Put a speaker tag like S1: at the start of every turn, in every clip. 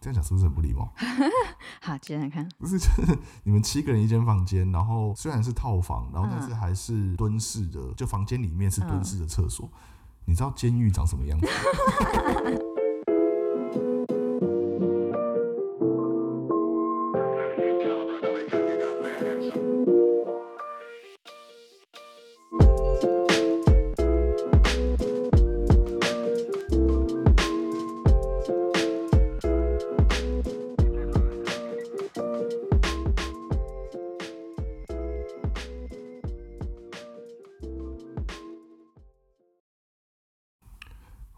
S1: 这样讲是不是很不礼貌？
S2: 好，接着来看，
S1: 不是，就是你们七个人一间房间，然后虽然是套房，然后但是还是蹲式的，就房间里面是蹲式的厕所。你知道监狱长什么样子？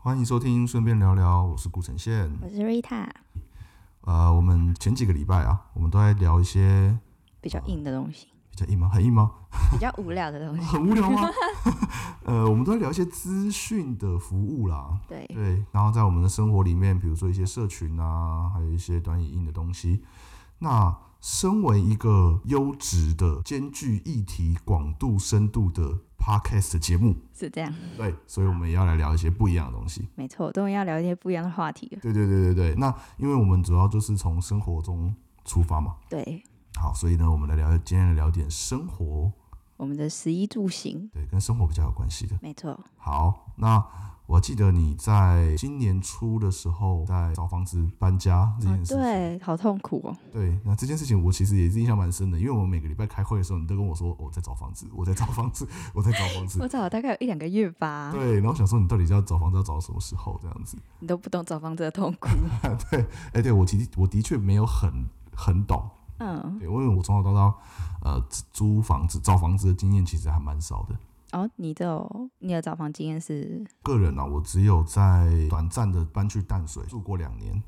S1: 欢迎收听，顺便聊聊，我是顾晨宪。
S2: 我是 Rita，
S1: 呃，我们前几个礼拜啊，我们都在聊一些
S2: 比较硬的东西，
S1: 比较硬吗？很硬吗？
S2: 比较无聊的 东西，
S1: 很无聊吗？ 呃，我们都在聊一些资讯的服务啦。
S2: 对，
S1: 对，然后在我们的生活里面，比如说一些社群啊，还有一些短影音的东西。那身为一个优质的、兼具议题广度、深度的 podcast 节目，
S2: 是这样，
S1: 对，所以我们也要来聊一些不一样的东西。
S2: 没错，终于要聊一些不一样的话题了。
S1: 对对对对对。那因为我们主要就是从生活中出发嘛，
S2: 对，
S1: 好，所以呢，我们来聊今天来聊点生活，
S2: 我们的十一住行，
S1: 对，跟生活比较有关系的。
S2: 没错，
S1: 好，那我记得你在今年初的时候在找房子搬家这
S2: 啊
S1: 件事情，
S2: 对，好痛苦哦，
S1: 对，那这件事情我其实也是印象蛮深的，因为我们每个礼拜开会的时候，你都跟我说、哦我在找房子，我在找房子，我在找房子
S2: 我，找了大概有一两个月吧，
S1: 对，然后想说你到底要找房子要找到什么时候这样子？
S2: 你都不懂找房子的痛 苦，
S1: 对，哎、对我其实我的确没有很很懂，
S2: 嗯，
S1: 对，因为我从小到大呃租房子找房子的经验其实还蛮少的。
S2: 哦，你的哦你的找房经验是，
S1: 个人啊，我只有在短暂的搬去淡水住过两年，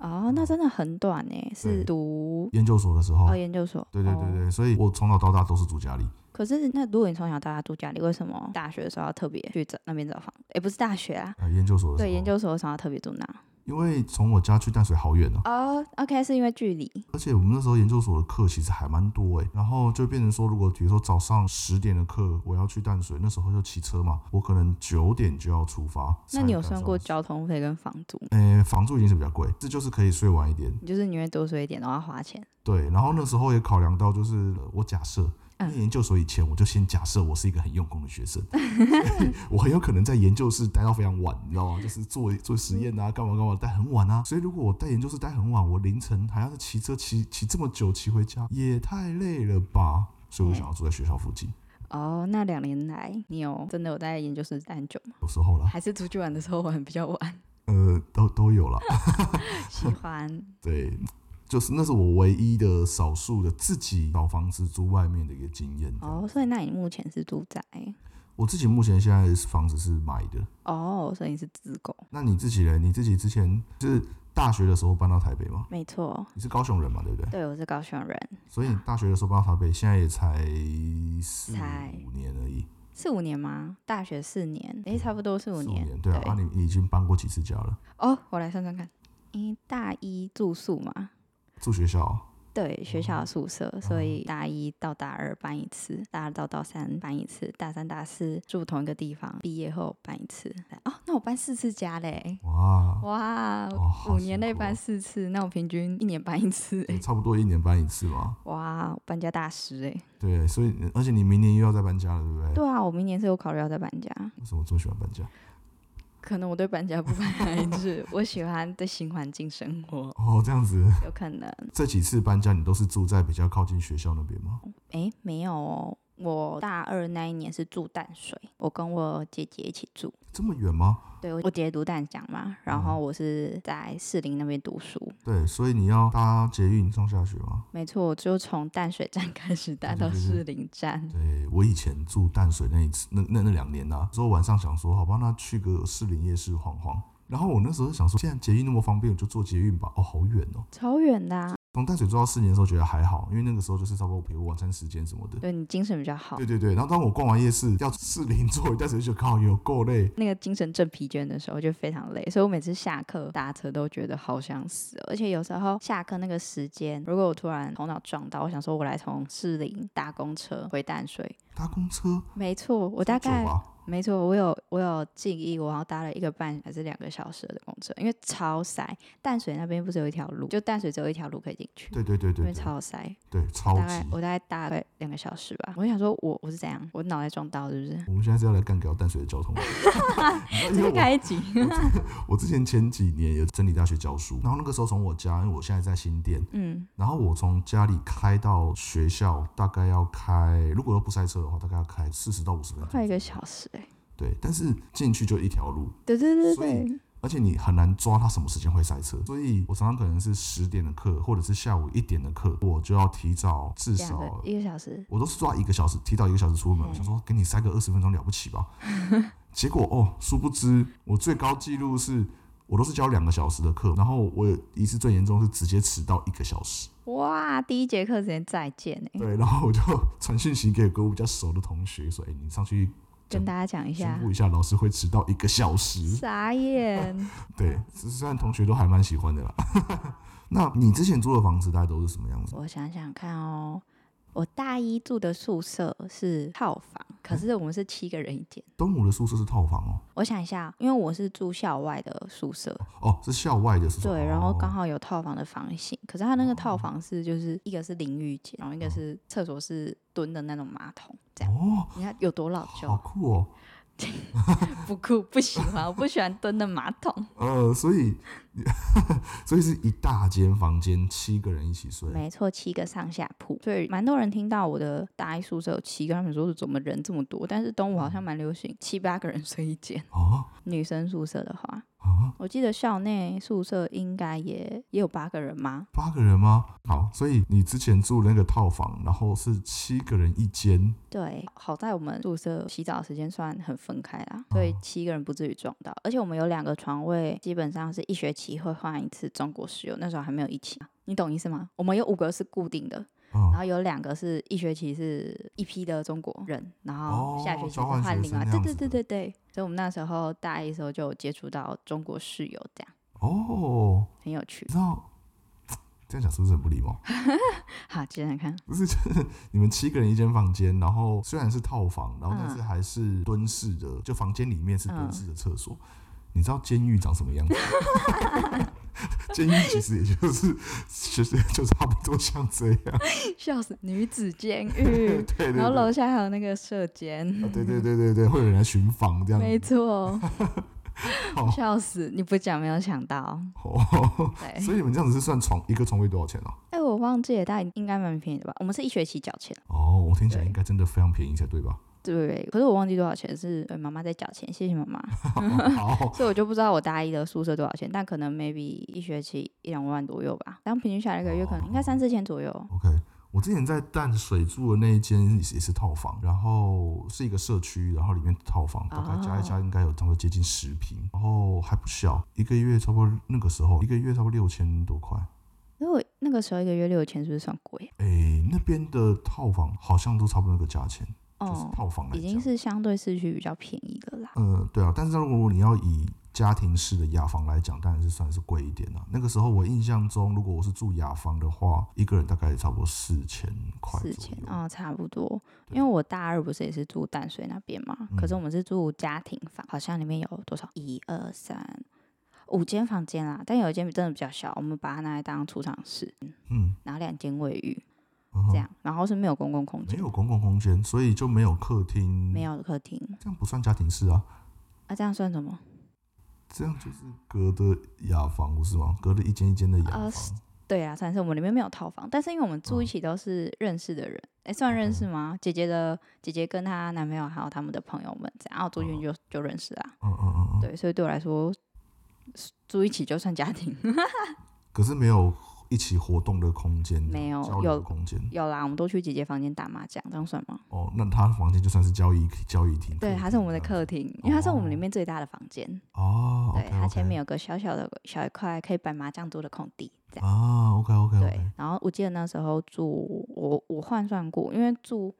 S2: 哦，那真的很短诶，是
S1: 对
S2: 读
S1: 研究所的时候，
S2: 哦研究所，
S1: 对对对
S2: 哦。
S1: 对，所以我从小到大都是住家里。
S2: 可是那如果你从小到大住家里，为什么大学的时候要特别去找那边找房？诶，不是大学啊，
S1: 呃，研究所的时候，
S2: 对，研，究所的时候要特别住那。
S1: 因为从我家去淡水好远哦、
S2: 哦、o k 是因为距离，
S1: 而且我们那时候研究所的课其实还蛮多诶、然后就变成说，如果比如说早上十点的课，我要去淡水，那时候就骑车嘛，我可能九点就要出发。
S2: 那
S1: 才
S2: 你有
S1: 赶
S2: 算
S1: 上
S2: 过
S1: 去？
S2: 交通费跟房租？
S1: 诶、房租已经是比较贵，这就是可以睡晚一点。
S2: 你就是宁愿多睡一点，然后要花钱。
S1: 对，然后那时候也考量到，就是呃我假设
S2: 嗯
S1: 念研究所以前，我就先假设我是一个很用功的学 生，所以我很有可能在研究室待到非常晚，你知道吗？就是做做实验啊，干嘛干嘛，待很晚啊。所以如果我在研究室待很晚，我凌晨还要是骑车骑骑这么久骑回家，也太累了吧。所以我想要住在学校附近，
S2: 哦、那两年来你有真的有在研究室待很久吗？
S1: 有时候啦，
S2: 还是出去玩的时候玩比较晚？
S1: 呃，都都有啦。
S2: 喜欢
S1: 对，就是那是我唯一的少数的自己找房子租外面的一个经验。
S2: 哦所以那你目前是住宅
S1: 我自己目前现在是房子是买的。
S2: 哦所以你是自购，
S1: 那你自己嘞？你自己之前就是大学的时候搬到台北吗？
S2: 没错。
S1: 你是高雄人嘛，对不对？
S2: 对，我是高雄人，
S1: 所以你大学的时候搬到台北，现在也才四
S2: 才
S1: 五年而已，
S2: 四五年吗？大学四年，诶，差不多四
S1: 四
S2: 五
S1: 五
S2: 年。
S1: 对啊，啊你你已经搬过几次家了？
S2: 哦，我来算算看，因大一住宿嘛，
S1: 住学校哦、
S2: 对，学校的宿舍，所以大一到大二搬一次，大二到大三搬一次，大三大四住同一个地方，毕业后搬一次。哦，那我搬四次家嘞，
S1: 哇，
S2: 哇，
S1: 哦好
S2: 五年内
S1: 辛苦哦
S2: 搬四次，那我平均一年搬一次欸，
S1: 差不多一年搬一次嘛。
S2: 哇，我搬家大师哎。
S1: 对，所以而且你明年又要再搬家了，对不对？
S2: 对啊，我明年是有考虑要再搬家，
S1: 为什么这么喜欢搬家？
S2: 可能我对搬家不排斥， 我喜欢对新环境生活，
S1: 哦，这样子，
S2: 有可能。
S1: 这几次搬家你都是住在比较靠近学校那边吗？
S2: 诶，没有哦，我大二那一年是住淡水，我跟我姐姐一起住。
S1: 这么远吗？
S2: 对，我姐姐读淡江嘛，然后我是在士林那边读书。
S1: 对，所以你要搭捷运上下学吗？
S2: 没错，我就从淡水站 开始搭
S1: 对
S2: 到
S1: 对
S2: 士林站。
S1: 对我以前住淡水那一次，那那那两年呐、之后晚上想说，好吧，那去个士林夜市晃晃。然后我那时候想说，现在捷运那么方便，我就坐捷运吧。哦，好远哦。
S2: 超远的啊、
S1: 从淡水坐到士林的时候觉得还好，因为那个时候就是差不多，比如晚餐时间什么的。
S2: 对你精神比较好
S1: 对，对对。然后当我逛完夜市要士林坐一段时间，就靠有够累。
S2: 那个精神正疲倦的时候就非常累，所以我每次下课搭车都觉得好想死哦。而且有时候下课那个时间，如果我突然头脑撞到，我想说我来从士林搭公车回淡水，
S1: 搭公车
S2: 没错，我
S1: 这
S2: 大
S1: 么久
S2: 概
S1: 吧，
S2: 没错，我有我有记忆，我好像搭了一个半还是两个小时的公车，因为超塞。淡水那边不是有一条路，就淡水只有一条路可以进去，
S1: 对对对
S2: 因
S1: 对对，
S2: 为超塞。
S1: 对超
S2: 大概
S1: 级。
S2: 我大概搭了两个小时吧。我就想说我，我是怎样，我脑袋撞到是 不是？
S1: 我们现在是要来干掉淡水的交通，因为
S2: 这 是
S1: 我
S2: 开集，
S1: 我之前前几年也真理大学教书，然后那个时候从我家，因为我现在在新店，
S2: 嗯，
S1: 然后我从家里开到学校大概要开，如果要不塞车的话，大概要开四十到五十分
S2: 快一
S1: 钟。
S2: 个小时哎、
S1: 对，但是进去就一条路，
S2: 对对对
S1: 所
S2: 对
S1: 以，而且你很难抓它什么时间会塞车，所以我常常可能是十点的课，或者是下午一点的课，我就要提早至
S2: 两个
S1: 少。
S2: 一个小时，
S1: 我都是抓一个小时，提早一个小时出门，
S2: 嗯
S1: 我想说给你塞个二十分钟了不起 吧。结果哦，殊不知我最高记录是，我都是教两个小时的课，然后我有一次最严重是直接迟到一个小时。
S2: 哇，第一节课直接再见哎、
S1: 对，然后我就传讯息给我比较熟的同学说：“哎、你上去
S2: 跟大家讲一
S1: 宣
S2: 下，
S1: 布一下，老师会迟到一个小时。
S2: 傻眼，”
S1: 对，虽然同学都还蛮喜欢的啦。 那你之前租的房子大概都是什么样子？
S2: 我想想看哦。我大一住的宿舍是套房，可是我们是七个人一间。
S1: 东吴的宿舍是套房哦，
S2: 我想一下，因为我是住校外的宿舍，
S1: 哦，是校外的宿舍。
S2: 对，然后刚
S1: 好
S2: 好有套房的房型，可是它那个套房是就是一个是淋浴间，然后一个是厕所是蹲的那种马桶，这样
S1: 哦，
S2: 你看有多老
S1: 好
S2: 旧？
S1: 酷哦。
S2: 不酷，不喜欢，我不喜欢蹲的马桶。
S1: 呃，所以 所以是一大间房间，七个人一起睡。
S2: 没错，七个上下铺，所以蛮多人听到我的大一宿舍有七个，他们说是怎么人这么多？但是东吴好像蛮流行七八个人睡一间，
S1: 哦
S2: 女生宿舍的话，
S1: 啊，
S2: 我记得校内宿舍应该也也有八个人吗？
S1: 八个人吗？好，所以你之前住那个套房，然后是七个人一间，
S2: 对，好在我们宿舍洗澡时间算很分开啦，所以
S1: 哦
S2: 七个人不至于撞到。而且我们有两个床位，基本上是一学期会换一次中国石油，那时候还没有一起，你懂意思吗？我们有五个是固定的，
S1: 嗯
S2: 然，后有两个是一学期是一批的中国人，然后下
S1: 哦
S2: 学期是
S1: 交换
S2: 换
S1: 学
S2: 另
S1: 生
S2: 外，
S1: 那
S2: 对
S1: 样
S2: 对
S1: 子
S2: 对
S1: 的
S2: 对对。所以我们那时候大一的时候就有接触到中国室友，这样
S1: 哦，
S2: 很有趣
S1: 你。知道这样讲是不是很不礼貌？
S2: 好，接着看，
S1: 不是，就是你们七个人一间房间，然后 虽然是套房，然后
S2: 嗯
S1: 但是还是蹲式的，就房间里面是蹲式的厕所。你知道监狱长什么样子吗？ 监狱其实也就是， 其实就差不多像这样。
S2: 笑死，女子监
S1: 对，
S2: 狱
S1: 对对，
S2: 然后楼下还有那个舍监。
S1: 啊对对对对对，会有人来巡房这样
S2: 没
S1: 子。
S2: 错
S1: 好，
S2: 笑死！你不讲没有想到，
S1: 哦，
S2: 对，
S1: 所以你们这样子是算床一个床位多少钱啊？
S2: 哎、我忘记了，但应该蛮便宜的吧？我们是一学期缴钱，
S1: 哦，我听起来
S2: 对
S1: 应该真的非常便宜才对吧？
S2: 对不对？可是我忘记多少钱是呃妈妈在缴钱，谢谢妈 妈，
S1: 哦好，
S2: 所以我就不知道我大一的宿舍多少钱，但可能 maybe 一学期一两万左右吧，但平均下来一个月
S1: 哦
S2: 可能应该三四千左右。
S1: OK，我之前在淡水住的那一间也是也是套房，然后是一个社区，然后里面套房大概加一
S2: 哦
S1: 加应该有差不多接近十平，然后还不小，一个月差不多那个时候一个月差不多六千多块。
S2: 如果那个时候一个月六千，是不是算贵？
S1: 诶，那边的套房好像都差不多那个价钱，就是
S2: 哦，
S1: 套房来
S2: 已经
S1: 讲。
S2: 是相对市区比较便宜的啦。
S1: 嗯，对啊，但是如果你要以家庭式的雅房来讲，当然是算是贵一点啦、那个时候我印象中，如果我是住雅房的话，一个人大概差不多四千块左
S2: 四
S1: 右。
S2: 千啊，差不多。因
S1: 对
S2: 为我大二不是也是住淡水那边嘛，可是
S1: 嗯
S2: 我们是住家庭房，好像里面有多少？一二三，五间房间啦，但有一间真的比较小，我们把它拿来当储藏室，
S1: 嗯，
S2: 然后两间卫浴
S1: 嗯哼
S2: 这样，然后是没有公共空
S1: 没
S2: 间，
S1: 有嗯公共空间，所以就没有客厅，
S2: 没有客厅，
S1: 这样不算家庭式啊，
S2: 那、这样算什么？
S1: 这样就是隔的雅房不是吗？隔的一间一间的雅房，
S2: 呃是对啊，算是我们里面没有套房，但是因为我们住
S1: 哦
S2: 一起都是认识的人，哎、算认识吗？姐姐的姐姐跟她男朋友还有他们的朋友们这样，然后啊住进去就就认识啊啦。
S1: 嗯嗯嗯嗯，
S2: 对，所以对我来说，住一起就算家庭。
S1: 可是没有一起活动的空间，
S2: 没有
S1: 交流
S2: 有
S1: 的空间。
S2: 有啦，我们都去姐姐房间打麻将，这样算吗？
S1: 哦，那他的房间就算是交易交易厅，
S2: 对，它是我们的客厅，因为它是我们里面最大的房间。
S1: 哦，
S2: 对，它前面
S1: 有
S2: 有个小小的小一块可以摆麻将桌的空地，这样。
S1: 啊，OK OK
S2: 对
S1: OK，，
S2: 然后我记得那时候住我我换算过，因为住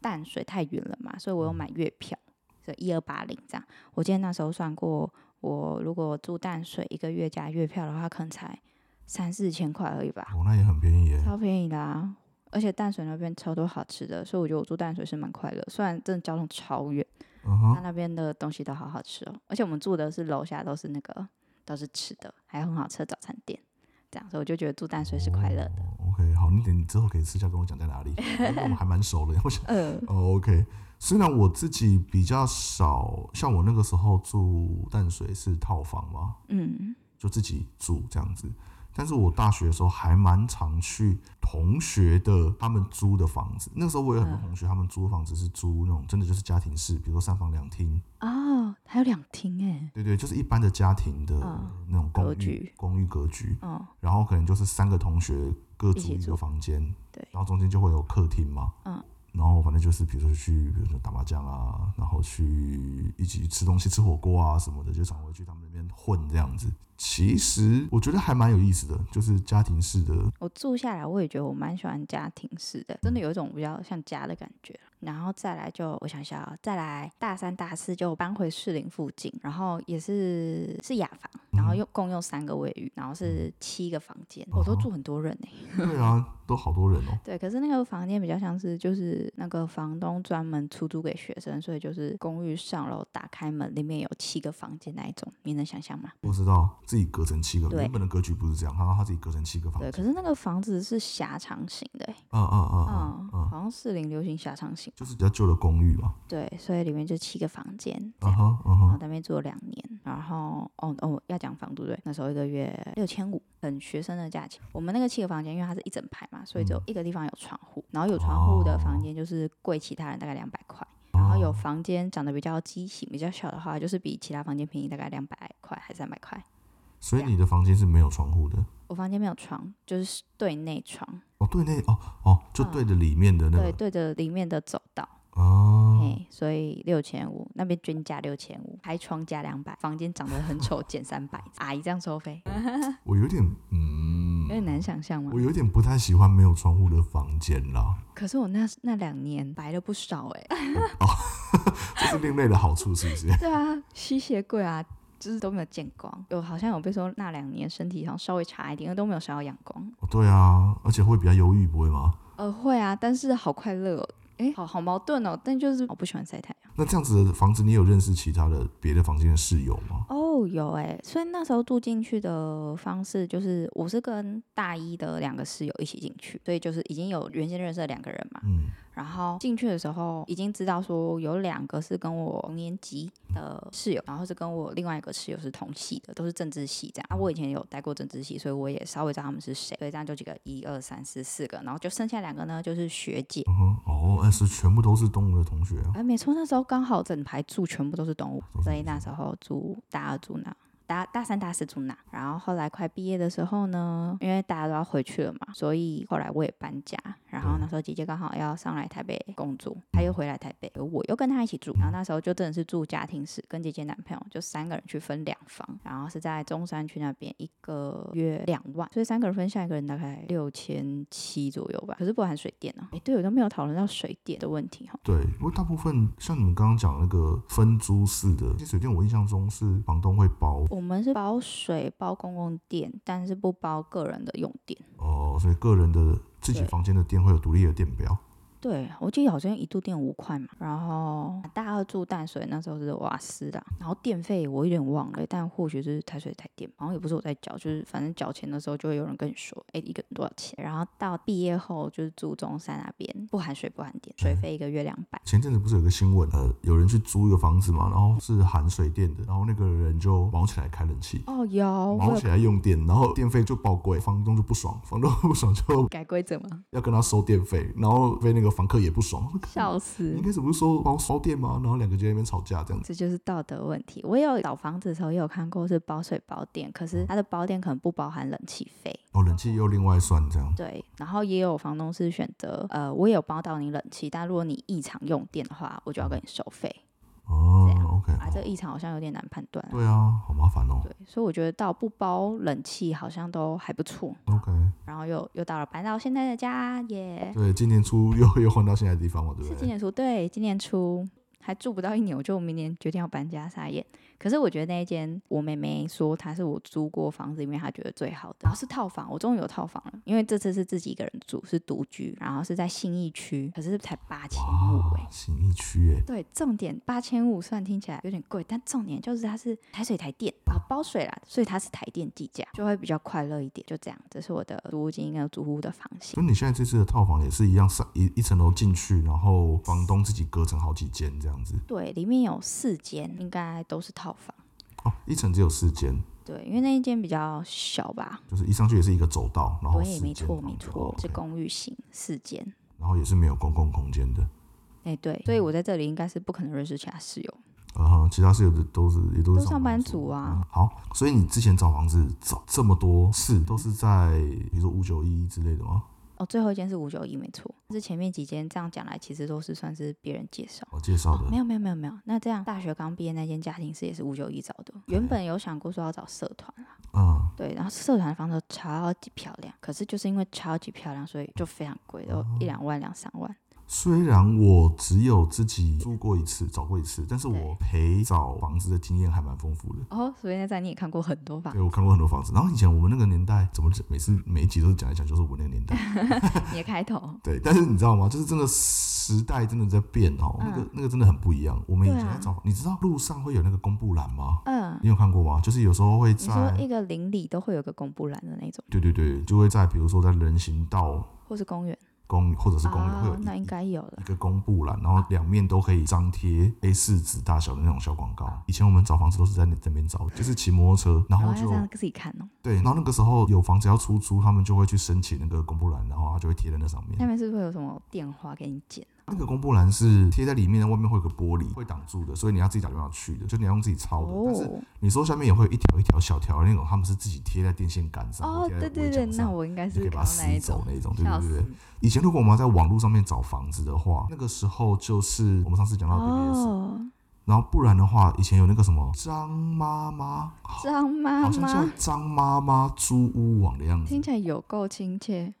S2: 淡水太远了嘛，所以我有买月票，所以一二八零这样。我记得那时候算过，我如果住淡水一个月加月票的话，可能才三四千块而已吧。
S1: 哦，那也很便宜耶，
S2: 超便宜的啊！而且淡水那边超多好吃的，所以我觉得我住淡水是蛮快乐。虽然真的交通超远，
S1: 嗯
S2: 那
S1: 哼，
S2: 那边的东西都好好吃哦，而且我们住的是楼下都是那个都是吃的，还有很好吃的早餐店，这样，所以我就觉得住淡水是快乐的。
S1: 哦 OK，好，你等你之后可以私下跟我讲在哪 里，因为我们还蛮熟的。我想，
S2: 呃，
S1: 哦，OK。虽然我自己比较少，像我那个时候住淡水是套房嘛，
S2: 嗯，
S1: 就自己住这样子。但是我大学的时候还蛮常去同学的他们租的房子，那时候我有很多同学，他们租的房子是租那种真的就是家庭式，比如说三房两厅，
S2: 哦，还有两厅哎，
S1: 对对，就是一般的家庭的
S2: 嗯
S1: 那种公
S2: 格
S1: 寓
S2: 局
S1: 公寓格局，
S2: 哦，
S1: 然后可能就是三个同学各
S2: 一
S1: 租
S2: 起
S1: 一个
S2: 住
S1: 房间，
S2: 对
S1: 然后中间就会有客厅嘛，
S2: 嗯，
S1: 然后反正就是比如说去，比如说打麻将啊，然后去一起吃东西、吃火锅啊什么的，就常会去他们那边混这样子。其实我觉得还蛮有意思的，就是家庭式的，
S2: 我住下来我也觉得我蛮喜欢家庭式的，真的有一种比较像家的感觉。然后再来就我想一下、哦，再来大三大四就搬回士林附近，然后也是是雅房，然
S1: 嗯
S2: 后又共用三个卫浴，然后是七个房间，我
S1: 哦
S2: 都住很多人哎、
S1: 对啊，都好多人哦。
S2: 对，可是那个房间比较像是就是那个房东专门出租给学生，所以就是公寓上楼打开门，里面有七个房间那一种，你能想象吗？
S1: 我知道自己隔成七个，
S2: 对
S1: 原本的格局不是这样，他让他自己隔成七个房
S2: 对，
S1: 间，
S2: 可是那个房子是狭长型的欸、
S1: 嗯嗯嗯嗯
S2: 嗯，
S1: 嗯，
S2: 好像士林流行狭长型，
S1: 就是比较旧的公寓嘛，
S2: 对，所以里面就七个房间这
S1: 嗯
S2: 样。
S1: 哼嗯
S2: 然后
S1: 哼，
S2: 在那边住了两年，然后哦哦要讲房租对，那时候一个月六千五，很学生的价钱。我们那个七个房间，因为它是一整排嘛，所以只有
S1: 嗯
S2: 一个地方有窗户，然后有窗户的
S1: 哦
S2: 房间就是贵其他人大概两百块。然后有
S1: 哦
S2: 房间长得比较畸形、比较小的话，就是比其他房间便宜大概两百块还三百块。
S1: 所以你的房间是没有窗户的。
S2: 我房间没有床，就是对内窗，
S1: 哦，对那哦哦，就对着里面的那
S2: 嗯对
S1: 个
S2: 对着里面的走道，
S1: 哦，
S2: 嘿，所以六千五，那边均价六千五，开窗加两百，房间长得很丑减三百，阿姨这样收费，
S1: 我有点嗯
S2: 有，点难想象吗
S1: 我？有点不太喜欢没有窗户的房间啦，
S2: 可是我那那两年白了不少哎、
S1: 这是另类的好处，是不是？
S2: 对啊，吸血鬼啊。就是都没有见光，有好像有被说那两年身体好像稍微差一点，因为都没有晒到阳光。
S1: 哦对啊，而且会比较忧郁，不会吗？
S2: 呃，会啊，但是好快乐、哦，哎，好好矛盾哦。但就是我不喜欢晒太阳。
S1: 那这样子的房子，你有认识其他的别的房间的室友吗？
S2: 哦，有哎、所以那时候住进去的方式就是，我是跟大一的两个室友一起进去，所以就是已经有原先认识的两个人嘛。
S1: 嗯，
S2: 然后进去的时候已经知道说有两个是跟我同年级的室友，然后是跟我另外一个室友是同系的，都是政治系这样。啊，我以前有待过政治系，所以我也稍微知道他们是谁。所以这样就几个，一二三四四个，然后就剩下两个呢，就是学姐。
S1: 嗯哼，哦，那是全部都是东吴的同学啊，
S2: 哎，没错，那时候刚好整排住全部都是动物，所以那时候住大二住那，大大三大四住那。然后后来快毕业的时候呢，因为大家都要回去了嘛，所以后来我也搬家。然后那时候姐姐刚好要上来台北工作，她又回来台北，我又跟她一起住。然后那时候就真的是住家庭式，跟姐姐男朋友就三个人去分两房，然后是在中山区那边，一个月两万，所以三个人分下一个人大概六千七左右吧。可是不含水电哦、哎，对，我都没有讨论到水电的问题哈。
S1: 对，不过大部分像你们刚刚讲那个分租式的，其实水电我印象中是房东会包
S2: 我们是包水、包公共电，但是不包个人的用电。
S1: 哦，所以个人的自己
S2: 对
S1: 房间的电会有独立的电表。
S2: 对，我记得好像一度电五块嘛，然后大二住淡水那时候是瓦斯的，然后电费我有点忘了，但或许是台水台电，好像也不是我在缴，就是反正缴钱的时候就会有人跟你说，哎，一个人多少钱？然后到毕业后就是住中山那边，不含水不含电，水费一个月两百，
S1: 前阵子不是有个新闻，呃，有人去租一个房子嘛，然后是含水电的，然后那个人就忙起来开冷气，
S2: 哦，有我
S1: 忙
S2: 有
S1: 起来用电，然后电费就爆贵，房东就不爽，房东不爽就
S2: 改规则吗？
S1: 要跟他收电费，然后被那个房客也不爽，
S2: 笑死
S1: 你一！开始不是说帮我收电吗？然后两个就在那边吵架这样子，
S2: 这就是道德问题。我也有找房子的时候也有看过是包水包电，可是它的包电可能不包含冷气费。
S1: 哦，冷气又另外算这样，
S2: 对，然后也有房东是选择，呃，我也有包到你冷气，但如果你异常用电的话，我就要跟你收费。
S1: 哦
S2: 这样
S1: ，OK，
S2: 啊，这
S1: 哦
S2: 异常好像有点难判断啊、
S1: 对啊，好麻烦哦
S2: 对，所以我觉得到不包冷气好像都还不错。
S1: ，OK，
S2: 然后又又到了搬到现在的家耶，
S1: 对，今年初又又换到现在的地方嘛，对
S2: 是
S1: 不
S2: 今
S1: 对？
S2: 年初，对，今年初还住不到一年，我就明年决定要搬家，傻眼。可是我觉得那一间，我妹妹说她是我租过房子里面她觉得最好的，然后是套房，我终于有套房了，因为这次是自己一个人住，是独居，然后是在信义区，可是才八千五哎
S1: 哇，。信义啊区哎，
S2: 对，重点八千五虽然听起来有点贵，但重点就是它是台水台电啊，包水啦，所以它是台电计价，就会比较快乐一点。就这样，这是我的租屋金跟租屋的房型。
S1: 所以你现在这次的套房也是一样，上一一层楼进去，然后房东自己隔成好几间这样子。
S2: 对，里面有四间，应该都是套房。
S1: 哦，一层只有四间，
S2: 对，因为那一间比较小吧。
S1: 就是一上去也是一个走道，然后
S2: 对，
S1: 哦四
S2: 没
S1: 间
S2: 错，
S1: 房
S2: 没
S1: 子
S2: 错，是
S1: OK
S2: 公寓型四间。
S1: 然后也是没有公共空间的。
S2: 哎、对，
S1: 嗯
S2: 所以我在这里应该是不可能认识其他室友。
S1: 然后嗯其他室友的都是也都
S2: 都
S1: 是
S2: 是上班族啊
S1: 嗯好，所以你之前找房子找这么多次，都是在比如说五九一之类的吗？
S2: 哦，最后一间是五九一，没错。但是前面几间这样讲来，其实都是算是别人介绍。
S1: 我介绍的
S2: 没有没有没有没有，那这样大学刚毕业那间家庭是也是五九一找的，原本有想过说要找社团啦，
S1: 嗯，
S2: 对，然后社团的房子超级漂亮，可是就是因为超级漂亮，所以就非常贵，
S1: 哦
S2: 都一两万两三万。
S1: 虽然我只有自己租过一次，找过一次，但是
S2: 对
S1: 我陪找房子的经验还蛮丰富的。
S2: 哦，所以那在你也看过很多房
S1: 对，，我看过很多房子。然后以前我们那个年代，怎么每次每一集都是讲一讲，就是我那个年代。
S2: 你的开头，
S1: 对，但是你知道吗？就是真的时代真的在变哦，那个
S2: 嗯
S1: 那个真的很不一样。我们以
S2: 对
S1: 前在
S2: 啊
S1: 找，你知道路上会有那个公布栏吗？
S2: 嗯，
S1: 你有看过吗？就是有时候会
S2: 你说
S1: 在，
S2: 一个邻里都会有个公布栏的那种，
S1: 对对对，就会在比如说在人行道、
S2: 或是公园，
S1: 公或者是公园、会有
S2: 哦，那
S1: 一
S2: 应该有了
S1: 一。个公布栏，然后两面都可以张贴 A 4纸大小的那种小广告。以前我们找房子都是在那这边找，就是骑摩托车，然
S2: 然
S1: 后
S2: 后要
S1: 就
S2: 这样自己看哦，
S1: 对，然后那个时候有房子要出租，他们就会去申请那个公布栏，然后他就会贴在那上
S2: 那
S1: 面。
S2: 边是不是会有什么电话给你剪？
S1: 那个公布栏是贴在里面的，外面会有个玻璃会挡住的，所以你要自己打电话去的，就你要用自己抄的。但是
S2: 哦
S1: 你说下面也会有一条一条小条的那种，他们是自己贴在电线杆上，
S2: 哦，
S1: 或贴在
S2: 对对
S1: 围
S2: 对，
S1: 墙上
S2: 那我应该
S1: 就是可以把
S2: 看
S1: 它
S2: 到那一
S1: 撕
S2: 种
S1: 走，那一种，对
S2: 笑
S1: 对对
S2: 死
S1: 对。。以前如果我们要在网络上面找房子的话，那个时候就是我们上次讲到 BBS，、
S2: 哦，
S1: 然后不然的话，以前有那个什么张妈妈，好
S2: 张妈
S1: 好像叫
S2: 妈，
S1: 张妈妈租屋网的样子
S2: 听，起来有够亲切。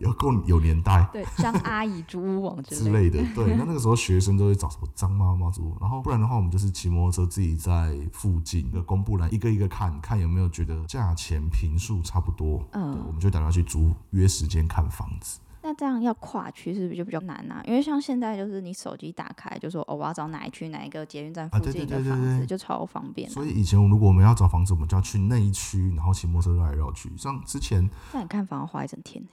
S1: 有够有年代。
S2: 对， 张阿姨、猪屋王之
S1: 之
S2: 类的。
S1: 类的，对。那那个时候学生都会找什么张妈妈租，然后不然的话，我们就是骑摩托车自己在附近的公布栏一个一个看看有没有觉得价钱平数差不多，对我
S2: 嗯，
S1: 们就打电话去租，约时间看房子。
S2: 那这样要跨区是不是就比较难啊？因为像现在就是你手机打开就说哦，我要找哪一区哪一个捷运站
S1: 啊
S2: 附
S1: 对
S2: 近
S1: 对
S2: 的
S1: 对对
S2: 房
S1: 对
S2: 子，就超方便啊。
S1: 所以以前如果我们要找房子，我们就要去那一区，然后骑摩托车绕来绕去。像之前
S2: 那你看房要花一整天欸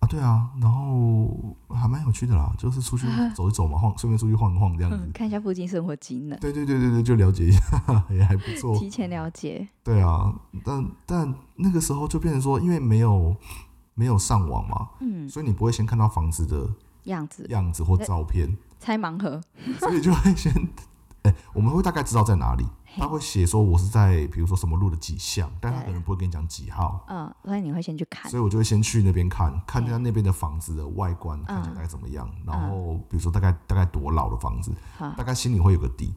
S1: 啊，对啊，然后还蛮有趣的啦，就是出去走一走嘛， 晃，顺便出去晃一晃这样 子。
S2: 嗯看一下附近生活机能，
S1: 对对对对对，就了解一下， 也还不错。
S2: 提前了解。
S1: 对啊，但但那个时候就变成说，因为没有没有上网嘛，
S2: 嗯，
S1: 所以你不会先看到房子的
S2: 样子
S1: 样子或照片，
S2: 拆盲盒，
S1: 所以就会先， 哎、我们会大概知道在哪里。
S2: 嘿
S1: 他会写说我是在比如说什么路的几巷，但他
S2: 对
S1: 可能不会跟你讲几号，
S2: 嗯，所以你会先去看
S1: 所以我就会先去那边看，看一下
S2: 嘿
S1: 那边的房子的外观，看起来
S2: 嗯
S1: 大概怎么样，然后比如说大概大概多老的房子，
S2: 哈
S1: 大，概心里会有个 底，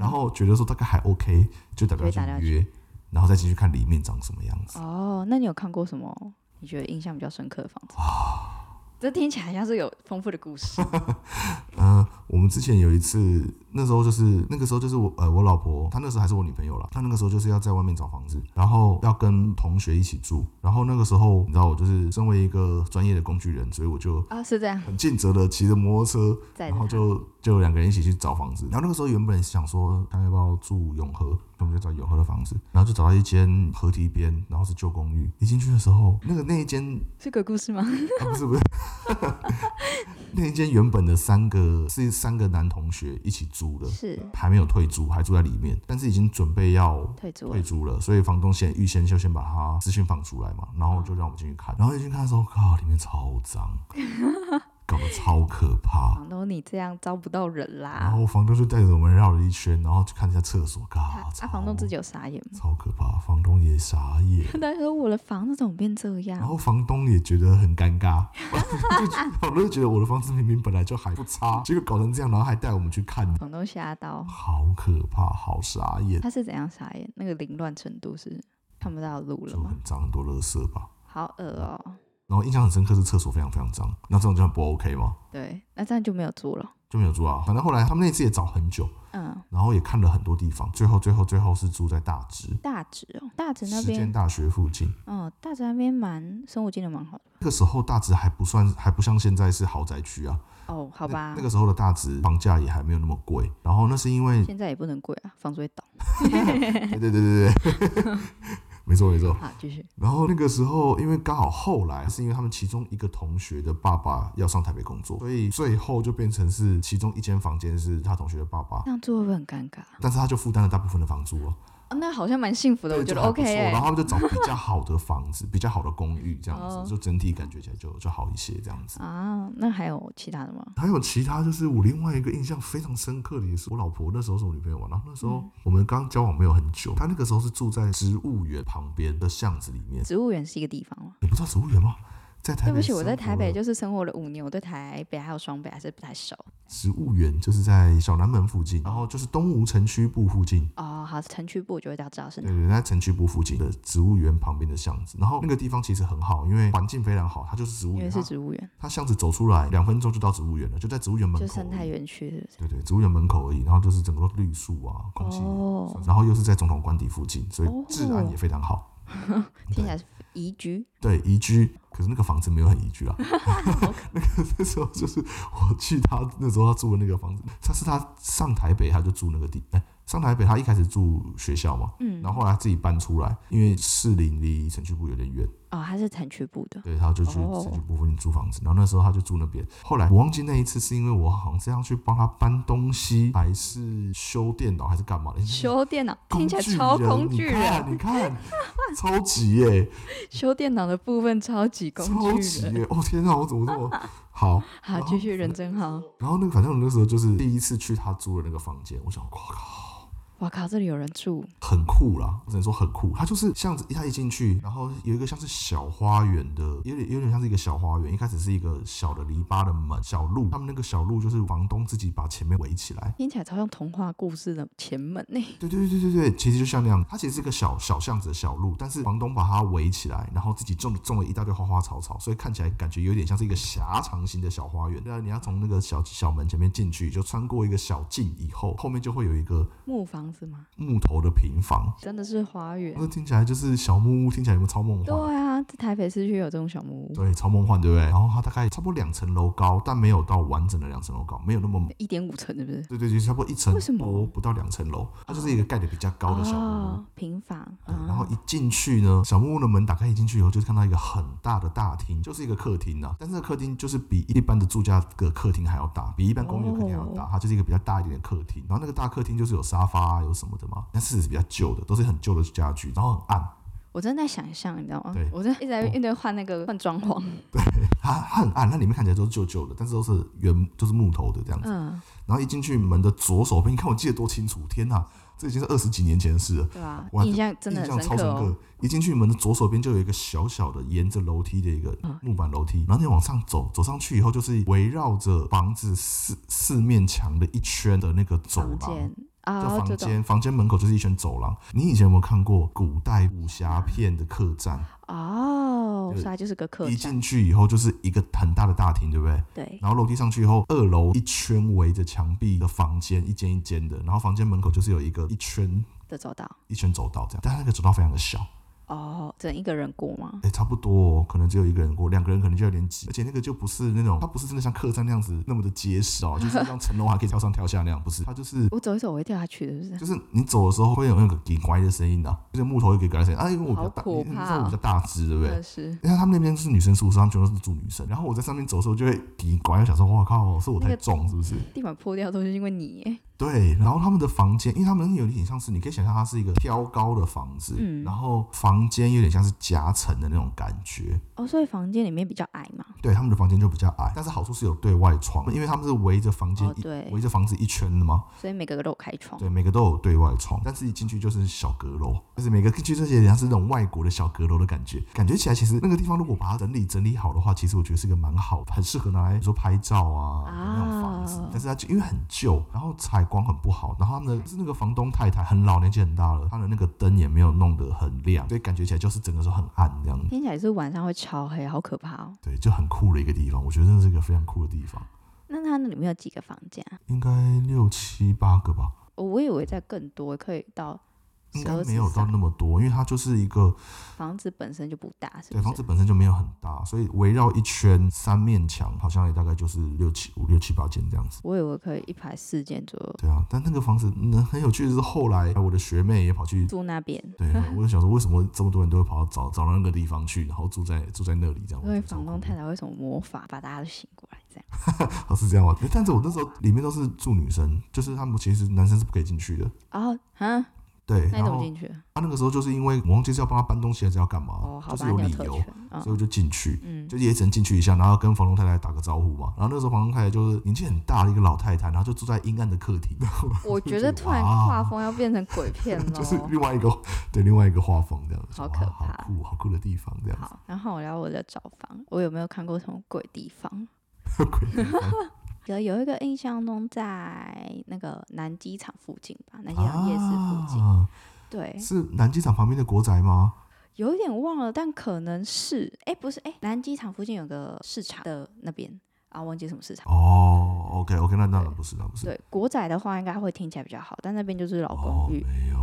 S1: 然后觉得说大概还 OK，就打
S2: 就会
S1: 电
S2: 打
S1: 话
S2: 电话
S1: 去
S2: 去
S1: 约，然后再进去看里面长什么样子。
S2: 哦，那你有看过什么你觉得印象比较深刻的房子？这听起来像是有丰富的 故事。
S1: 呃，我们之前有一次，那时候就是那个时候就是我呃我老婆，她那时候还是我女朋友了。她那个时候就是要在外面找房子，然后要跟同学一起住。然后那个时候你知道我就是身为一个专业的工具人，所以我就
S2: 啊，是这样，
S1: 很尽责的骑着摩托车，
S2: 在
S1: 然后
S2: 的
S1: 就就两个人一起去找房子。然后那个时候原本想说看要不要住永和，那我们就找永和的房子，然后就找到一间河堤边，然后是旧公寓。一进去的时候，那个那一间
S2: 是鬼故事吗？
S1: 啊， 不是不是，那一间原本的三个是三个男同学一起租的，
S2: 是
S1: 还没有退租，还住在里面，但是已经准备要
S2: 退租了
S1: 退租了，所以房东先预先就先把他资讯放出来嘛，然后就让我们进去看，然后一进去看的时候，靠，里面超 脏，搞得超可怕。
S2: 房东，你这样招不到人
S1: 然
S2: 啦。
S1: 后房东就带着我们绕了一圈，然后去看一下厕所，嘎
S2: 他，
S1: 超
S2: 啊，房东自己有傻眼吗？
S1: 超可怕，房东也傻眼。
S2: 他说我的房子怎么变这
S1: 然
S2: 样？
S1: 后房东也觉得很尴尬， 就房东就觉得我的房子明明本来就还不差，结果搞成这样，然后还带我们去看，
S2: 房东吓到，
S1: 好可怕，好傻眼，
S2: 他是怎样傻眼？那个凌乱程度是看不到路了
S1: 就
S2: 吗
S1: 很？脏，很多垃圾吧。
S2: 好恶哦。
S1: 然后印象很深刻是厕所非常非常脏，那这种就很不 OK 吗？
S2: 对，那这样就没有租了。
S1: 就没有住啊。反正后来他们那次也找很久，
S2: 嗯，
S1: 然后也看了很多地方，最后最后最后是住在大直
S2: 大直哦，大直那
S1: 实践
S2: 边，
S1: 大学附近。
S2: 嗯，大直那边蛮生活机能蛮好的
S1: 那个时候大直还不算，还不像现在是豪宅区啊。
S2: 哦，好吧，
S1: 那个时候的大直房价也还没有那么贵，然后那是因为
S2: 现在也不能贵啊，房子会倒。
S1: 对对对对对，没错没错。
S2: 好，继 续。
S1: 然后那个时候，因为刚好后来是因为他们其中一个同学的爸爸要上台北工作，所以最后就变成是其中一间房间是他同学的爸爸，
S2: 那样做会不会很尴尬？
S1: 但是他就负担了大部分的房租哦。
S2: 啊那好像蛮幸福的，
S1: 对，
S2: 我觉
S1: 就
S2: 得
S1: 还
S2: OK
S1: 不错
S2: 欸
S1: 然后他们就找比较好的房子， 比较好的公寓这样子，
S2: 哦
S1: 就整体感觉起来就就好一些这样子。
S2: 啊，那还有其他的吗？
S1: 还有其他就是我另外一个印象非常深刻的，也是我老婆那时候是我女朋友嘛，然后那时候我们刚交往没有很久，她那个时候是住在植物园旁边的巷子里面，
S2: 植物园是一个地方吗？
S1: 你不知道植物园吗？在台
S2: 对
S1: 北，
S2: 不起，我在台北，就是生活了五年，我对台北还有双北还是不太熟。
S1: 植物园就是在小南门附近，然后就是东吴城区部附近，
S2: 哦，好，城区部我就会大家知道是
S1: 对
S2: 哪。
S1: 对，在城区部附近的植物园旁边的巷子，然后那个地方其实很好，因为环境非常好，它就是植物
S2: 因
S1: 园，
S2: 为
S1: 它
S2: 是植物园，
S1: 它巷子走出来两分钟就到植物园了，就在植物园门
S2: 就
S1: 口而
S2: 生态
S1: 已，
S2: 园区是不是，
S1: 对对，植物园门口而已，然后就是整个都绿树啊，空气。
S2: 哦，
S1: 然后又是在总统官邸附近，所以
S2: 哦
S1: 治安也非常好。
S2: 听起来是宜居，
S1: 对，宜居，可是那个房子没有很宜 居啦。啊那个 那时候就是我去他那时候他住的那个房子，他是他上台北他就住那个地，哎、上台北他一开始住学校嘛，
S2: 嗯，
S1: 然后后来他自己搬出来，因为士林离城区部有点远，
S2: 哦，它是城区部的，
S1: 对，他就去
S2: 哦
S1: 城区部附近租房子，然后那时候他就住那边。后来我忘记那一次是因为我好像是要去帮他搬东西，还是修电脑还是干嘛的，
S2: 修电脑
S1: 工
S2: 听起来
S1: 具
S2: 超
S1: 人
S2: 工具
S1: 你看，
S2: 人，
S1: 你看，超级耶、
S2: 修电脑的部分超级工
S1: 超
S2: 具
S1: 级
S2: 人。
S1: 耶！哦天哪，我怎么这 么好？
S2: 好，继续人真好。
S1: 然后那个反正我那时候就是第一次去他租的那个房间，我想，哇靠，
S2: 哇靠，这里有人住，
S1: 很酷啦！我只能说很酷。它就是巷子，他一进去，然后有一个像是小花园的，有点有点像是一个小花园。一开始是一个小的篱笆的门，小路。他们那个小路就是房东自己把前面围起来。
S2: 听起来超像童话故事的前门呢、
S1: 对对对对对，其实就像那样，它其实是一个小小巷子的小路，但是房东把它围起来，然后自己种种了一大堆花花草草，所以看起来感觉有点像是一个狭长型的小花园。对啊，你要从那个小小门前面进去，就穿过一个小径以后，后面就会有一个
S2: 木房子吗？
S1: 木头的平房。
S2: 真的是花园。
S1: 那听起来就是小木屋，听起来有没有超梦
S2: 对
S1: 幻？
S2: 啊，在台北市区有这种小木屋，
S1: 对，超梦幻，对不对？然后它大概差不多两层楼高，但没有到完整的两层楼高，没有那么
S2: 一点五层是不是？
S1: 对对对，差不多一层
S2: 为什么
S1: 多不到两层楼，它就是一个盖的比较高的小木屋。
S2: 哦，平房
S1: 对
S2: 啊。
S1: 然后一进去呢，小木屋的门打开一进去以后，就是看到一个很大的大厅，就是一个客厅呐、啊。但是这个客厅就是比一般的住家的客厅还要大，比一般公寓的客厅还要大，它就是一个比较大一点的客厅。然后那个大客厅就是有沙发啊，有什么的嘛，但是是比较旧的，都是很旧的家具，然后很暗，
S2: 我正在想象，你知道吗
S1: 对？
S2: 我正一直在一直换那个换装潢。
S1: 它它很暗，那里面看起来都是旧旧的，但是都是原就是木头的这样子。
S2: 嗯，
S1: 然后一进去门的左手边，你看我记得多清楚，天呐，这已经是二十几年前的事了。
S2: 对啊
S1: 我，还
S2: 印象真的
S1: 印象
S2: 很
S1: 超
S2: 深刻
S1: 深
S2: 哦
S1: 刻。。一进去门的左手边就有一个小小的沿着楼梯的一个
S2: 嗯
S1: 木板楼梯，然后你往上走，走上去以后就是围绕着房子四四面墙的一圈的那个走
S2: 房
S1: 廊
S2: 间。啊，
S1: 叫
S2: 我
S1: 房
S2: 知道
S1: 间，房间门口就是一圈走廊。你以前有没有看过古代武侠片的客栈？
S2: 哦，
S1: 对
S2: 所以它就是个客
S1: 一
S2: 栈。
S1: 进去以后就是一个很大的大厅，对不对？
S2: 对，
S1: 然后楼梯上去以后，二楼一圈围着墙壁的房间，一间一间的。然后房间门口就是有一个一圈
S2: 的走道。
S1: 一圈走道这样，但那个走道非常的小，
S2: 哦，只能一个人过吗？
S1: 哎、差不多、哦，可能只有一个人过，两个人可能就有点挤，而且那个就不是那种，它不是真的像客栈那样子那么的结实 哦，就是像层楼还可以跳上跳下那样，不是，它就是。
S2: 我走一走，我会掉下去的，是不是？
S1: 就是你走的时候会有那个叽呱的声音的、啊，就是木头有叽呱的声音啊，因为我比较大，
S2: 好可
S1: 你你知道
S2: 怕嗯
S1: 我比较大只，对不
S2: 真
S1: 对
S2: 的？是。
S1: 因为他们那边是女生宿舍，他们全都是住女生，然后我在上面走的时候就会叽呱，我想说，哇靠，是我
S2: 那
S1: 太
S2: 个
S1: 重是不是？
S2: 地板破掉都是因为你耶，
S1: 对，然后他们的房间，因为他们有点像是，你可以想象它是一个挑高的房子，
S2: 嗯
S1: 然后房间有点像是夹层的那种感觉，
S2: 哦，所以房间里面比较矮嘛。
S1: 对，他们的房间就比较矮，但是好处是有对外窗，因为他们是围着房间
S2: 哦
S1: 一、
S2: 对
S1: 围着房子一圈的嘛，
S2: 所以每个都有开窗。
S1: 对，每个都有对外窗，但是一进去就是小阁楼，就是每个进去这些像是那种外国的小阁楼的感觉，感觉起来其实那个地方如果把它整理整理好的话，其实我觉得是一个蛮好，很适合拿来说拍照啊的那种房子
S2: 啊，
S1: 但是它就因为很旧，然后采光很不好，然后他们的是那个房东太太很老，年纪很大了，她的那个灯也没有弄得很亮，所以感觉起来就是整个时候很暗这样子。
S2: 听起来是晚上会超黑，好可怕哦。
S1: 对，就很酷的一个地方，我觉得真的是一个非常酷的地方。
S2: 那它那里面有几个房间啊？
S1: 应该六七八个吧，
S2: 我我以为在更多，可以到
S1: 应
S2: 十
S1: 该
S2: 二
S1: 没有到那么多，因为它就是一个
S2: 房子本身就不大，是不
S1: 对
S2: 是？
S1: 房子本身就没有很大，所以围绕一圈三面墙，好像也大概就是六七五六七八间这样子。
S2: 我以为可以一排四间左右
S1: 对啊，但那个房子嗯很有趣的是，后来我的学妹也跑去
S2: 住那边，
S1: 对，我就想说，为什么这么多人都会跑到找找到那个地方去，然后住在住在那里这样？我
S2: 因为
S1: 觉得超
S2: 房东
S1: 恐怖
S2: 太太为什么魔法把大家都醒过来这样？
S1: 哦是这样吗？诶但是我那时候里面都是住女生，就是他们其实男生是不可以进去的。
S2: 哦，啊，
S1: 对，
S2: 那
S1: 然
S2: 你怎么
S1: 后
S2: 进去？
S1: 他那个时候就是因为我忘记是要帮他搬东西还是要干嘛，
S2: 哦，好
S1: 就是
S2: 吧，
S1: 有
S2: 你有
S1: 理
S2: 特
S1: 由，
S2: 权，
S1: 所以我
S2: 嗯
S1: 就进去。
S2: 嗯，
S1: 就也只能进去一下，然后跟房东太太打个招呼嘛。然后那时候房东太太就是年纪很大的一个老太太，然后就住在阴暗的客厅，
S2: 我觉得突然
S1: 哇
S2: 画风要变成鬼片 喽。
S1: 就是另外一个对另外一个画风这样子，
S2: 好
S1: 哇
S2: 可
S1: 好
S2: 怕
S1: 酷，好酷的地方这样子。
S2: 好，然后我聊我的找房，我有没有看过什么鬼地方？
S1: 鬼地方
S2: 有有一个印象中在那个南机场附近吧，南机场夜市附近，
S1: 啊
S2: 对，
S1: 是南机场旁边的国宅吗？
S2: 有一点忘了，但可能是，哎，不是，哎，南机场附近有个市场的那边啊，忘记什么市场。
S1: 哦，OK OK，那当然
S2: 对
S1: 不是，那不是。
S2: 对，国仔的话应该会听起来比较好，但那边就是老
S1: 哦，
S2: 公寓
S1: 没有，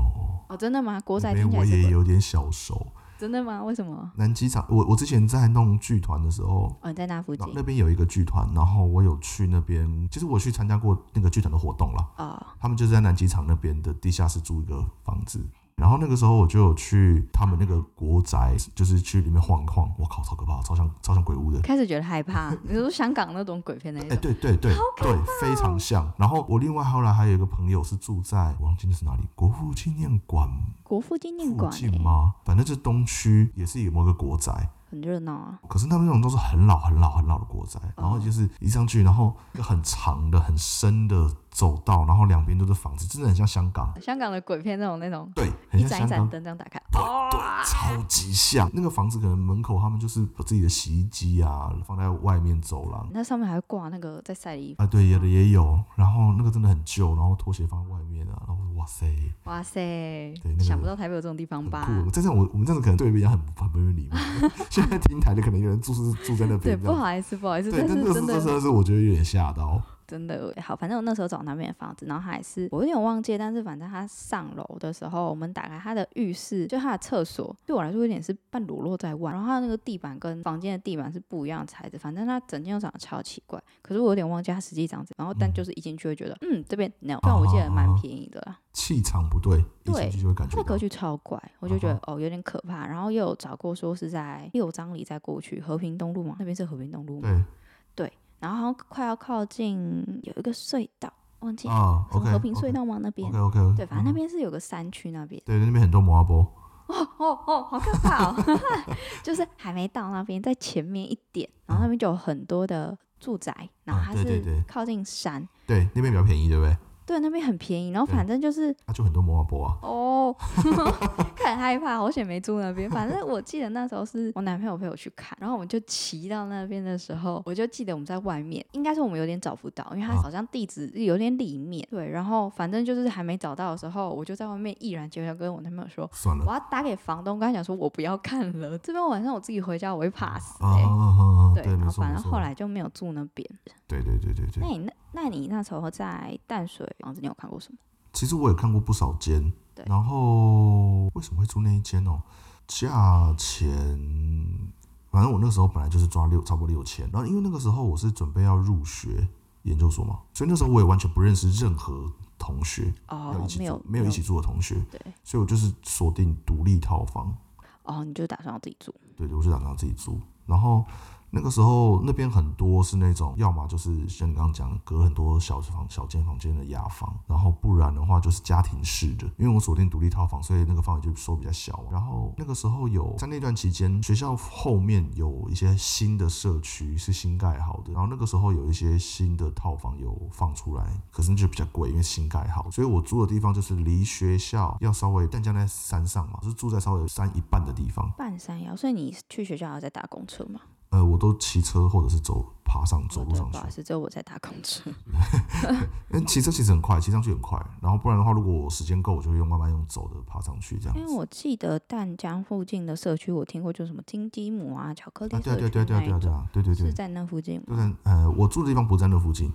S2: 哦真的吗？国仔
S1: 那
S2: 听
S1: 边
S2: 起
S1: 我
S2: 来是
S1: 也
S2: 鬼
S1: 有点小熟。
S2: 真的吗？为什么？
S1: 南机场，我我之前在弄剧团的时候，
S2: 哦，你在那附
S1: 那
S2: 近
S1: 那边有一个剧团，然后我有去那边，其实我去参加过那个剧团的活动啦。
S2: 哦，
S1: 他们就是在南机场那边的地下室租一个房子。然后那个时候我就有去他们那个国宅，就是去里面晃一晃，我靠，超可怕，超像超像鬼屋的。
S2: 开始觉得害怕。哦你说香港那种鬼片那一
S1: 哎、
S2: 种，
S1: 对对对对，非常像。然后我另外后来还有一个朋友是住在，我忘记那是哪里，国父纪念馆
S2: 国父纪念
S1: 哎附
S2: 馆、
S1: 近
S2: 欸、
S1: 吗？反正就是东区，也是有某个国宅。
S2: 很热闹啊。
S1: 可是他们那种都是很老、很老、很老的国宅，
S2: 哦
S1: 然后就是一上去，然后一个很长的、很深的走道，然后两边都是房子，真的很像香港。
S2: 香港的鬼片那种那种，
S1: 对，很
S2: 一
S1: 像
S2: 盏一
S1: 嗯香
S2: 盏
S1: 港
S2: 灯这样打开，
S1: 对对，超级像。那个房子可能门口他们就是把自己的洗衣机啊放在外面走廊
S2: 那上面还会挂那个在晒的衣服。
S1: 啊，对，有的也有。然后那个真的很旧，然后拖鞋放在外面啊，然后哇塞，
S2: 哇塞
S1: 那，个
S2: 想不到台北有这种地方
S1: 很
S2: 吧？
S1: 酷。这样我我们这样子可能对别人很不很不愿礼 貌。现在听台的可能有人住是住在那
S2: 对，
S1: 边这
S2: 不
S1: 样。
S2: 好意思，不好意思，
S1: 对，
S2: 但
S1: 但
S2: 是
S1: 那个是
S2: 真
S1: 真
S2: 的
S1: 的是我觉得有点吓到。
S2: 真的好，反正我那时候找那边的房子，然后还是我有点忘记，但是反正他上楼的时候，我们打开他的浴室，就他的厕所，对我来说有点是半裸露在外，然后他那个地板跟房间的地板是不一样的材质，反正他整间都长得超奇怪，可是我有点忘记他实际长怎样，然后但
S1: 嗯
S2: 就是一进去会觉得，嗯，这边
S1: 哦
S2: no，但我记得蛮便宜的啦。
S1: 气场不对，一
S2: 对
S1: 进去就会感
S2: 它
S1: 觉
S2: 的
S1: 到
S2: 格。局超怪，我就
S1: 嗯
S2: 觉得哦有点可怕。然后又有找过说是在六张里再过去和平东路嘛，那边是和平东路嘛，
S1: 对
S2: 然后好像快要靠近有一个隧道，忘记
S1: 啊
S2: 什
S1: ，OK，
S2: 么和平隧道吗？那边
S1: OK 嗯 OK，
S2: 对，反正那边是有个山区那边。
S1: 对那边很多摩阿波。
S2: 哦哦哦，好可怕哦！ 就是还没到那边，在前面一点，然后那边就有很多的住宅，然后
S1: 嗯啊
S2: 它
S1: 对对对
S2: 是靠近山，
S1: 对，那边比较便宜，对不对？
S2: 对，那边很便宜。然后
S1: 对
S2: 反正就是
S1: 啊，就很多摩阿波啊。
S2: 哦， 很害怕，好险没住那边。反正我记得那时候是我男朋友陪我去看，然后我们就骑到那边的时候，我就记得我们在外面，应该是我们有点找不到，因为它
S1: 啊
S2: 好像地址有点里面。对，然后反正就是还没找到的时候，我就在外面毅然决然跟我男朋友说。
S1: 算了
S2: 我。要打给房东，跟他讲说我不要看了，这边晚上我自己回家我会怕死
S1: 啊
S2: 欸
S1: 啊啊啊！
S2: 对，然
S1: 没
S2: 后
S1: 错
S2: 反
S1: 没
S2: 正
S1: 错。
S2: 后来嗯就没有住那边。
S1: 对对对对
S2: 那
S1: 对，
S2: 你那那你那时候在淡水房子，你有看过什么？
S1: 其实我也看过不少间，
S2: 对
S1: 然后为什么会住那一间哦？价钱，反正我那时候本来就是抓六，差不多六千。然后因为那个时候我是准备要入学研究所嘛，所以那时候我也完全不认识任何同学，要
S2: 哦
S1: 一，起
S2: 没
S1: 住
S2: 有
S1: 没有一起住的同学，
S2: 对，
S1: 所以我就是锁定独立套房。
S2: 哦，你就打算要自己住？
S1: 对对，我就打算自己住。然后那个时候那边很多是那种，要么就是像你刚刚讲的，隔很多小房小间房间的雅房，然后不然的话就是家庭式的。因为我锁定独立套房，所以那个范围就收比较小嘛。啊然后那个时候有在那段期间，学校后面有一些新的社区是新盖好的，然后那个时候有一些新的套房有放出来，可是那就比较贵，因为新盖好，所以我住的地方就是离学校要稍微，但家在山上嘛，就是住在稍微山一半的地方。
S2: 半山腰，所以你去学校还要再搭公车吗？
S1: 呃，我都骑车或者是走跑爬上走
S2: 哦
S1: 路
S2: 对
S1: 上
S2: 不
S1: 去
S2: 好意。思，只有我在搭公车。
S1: 嗯，骑车其实很快，骑上去很快。然后不然的话，如果我时间够，我就会用慢慢用走的爬上去这样
S2: 因为
S1: 子。
S2: 我记得淡江附近的社区，我听过就是什么金鸡母啊、巧克力
S1: 啊，对啊，
S2: 社
S1: 对啊，
S2: 区
S1: 对啊，对啊，对啊，对
S2: 那一种，
S1: 啊，对对对
S2: 是，在那附近吗。
S1: 就是呃，我住的地方不在那附近，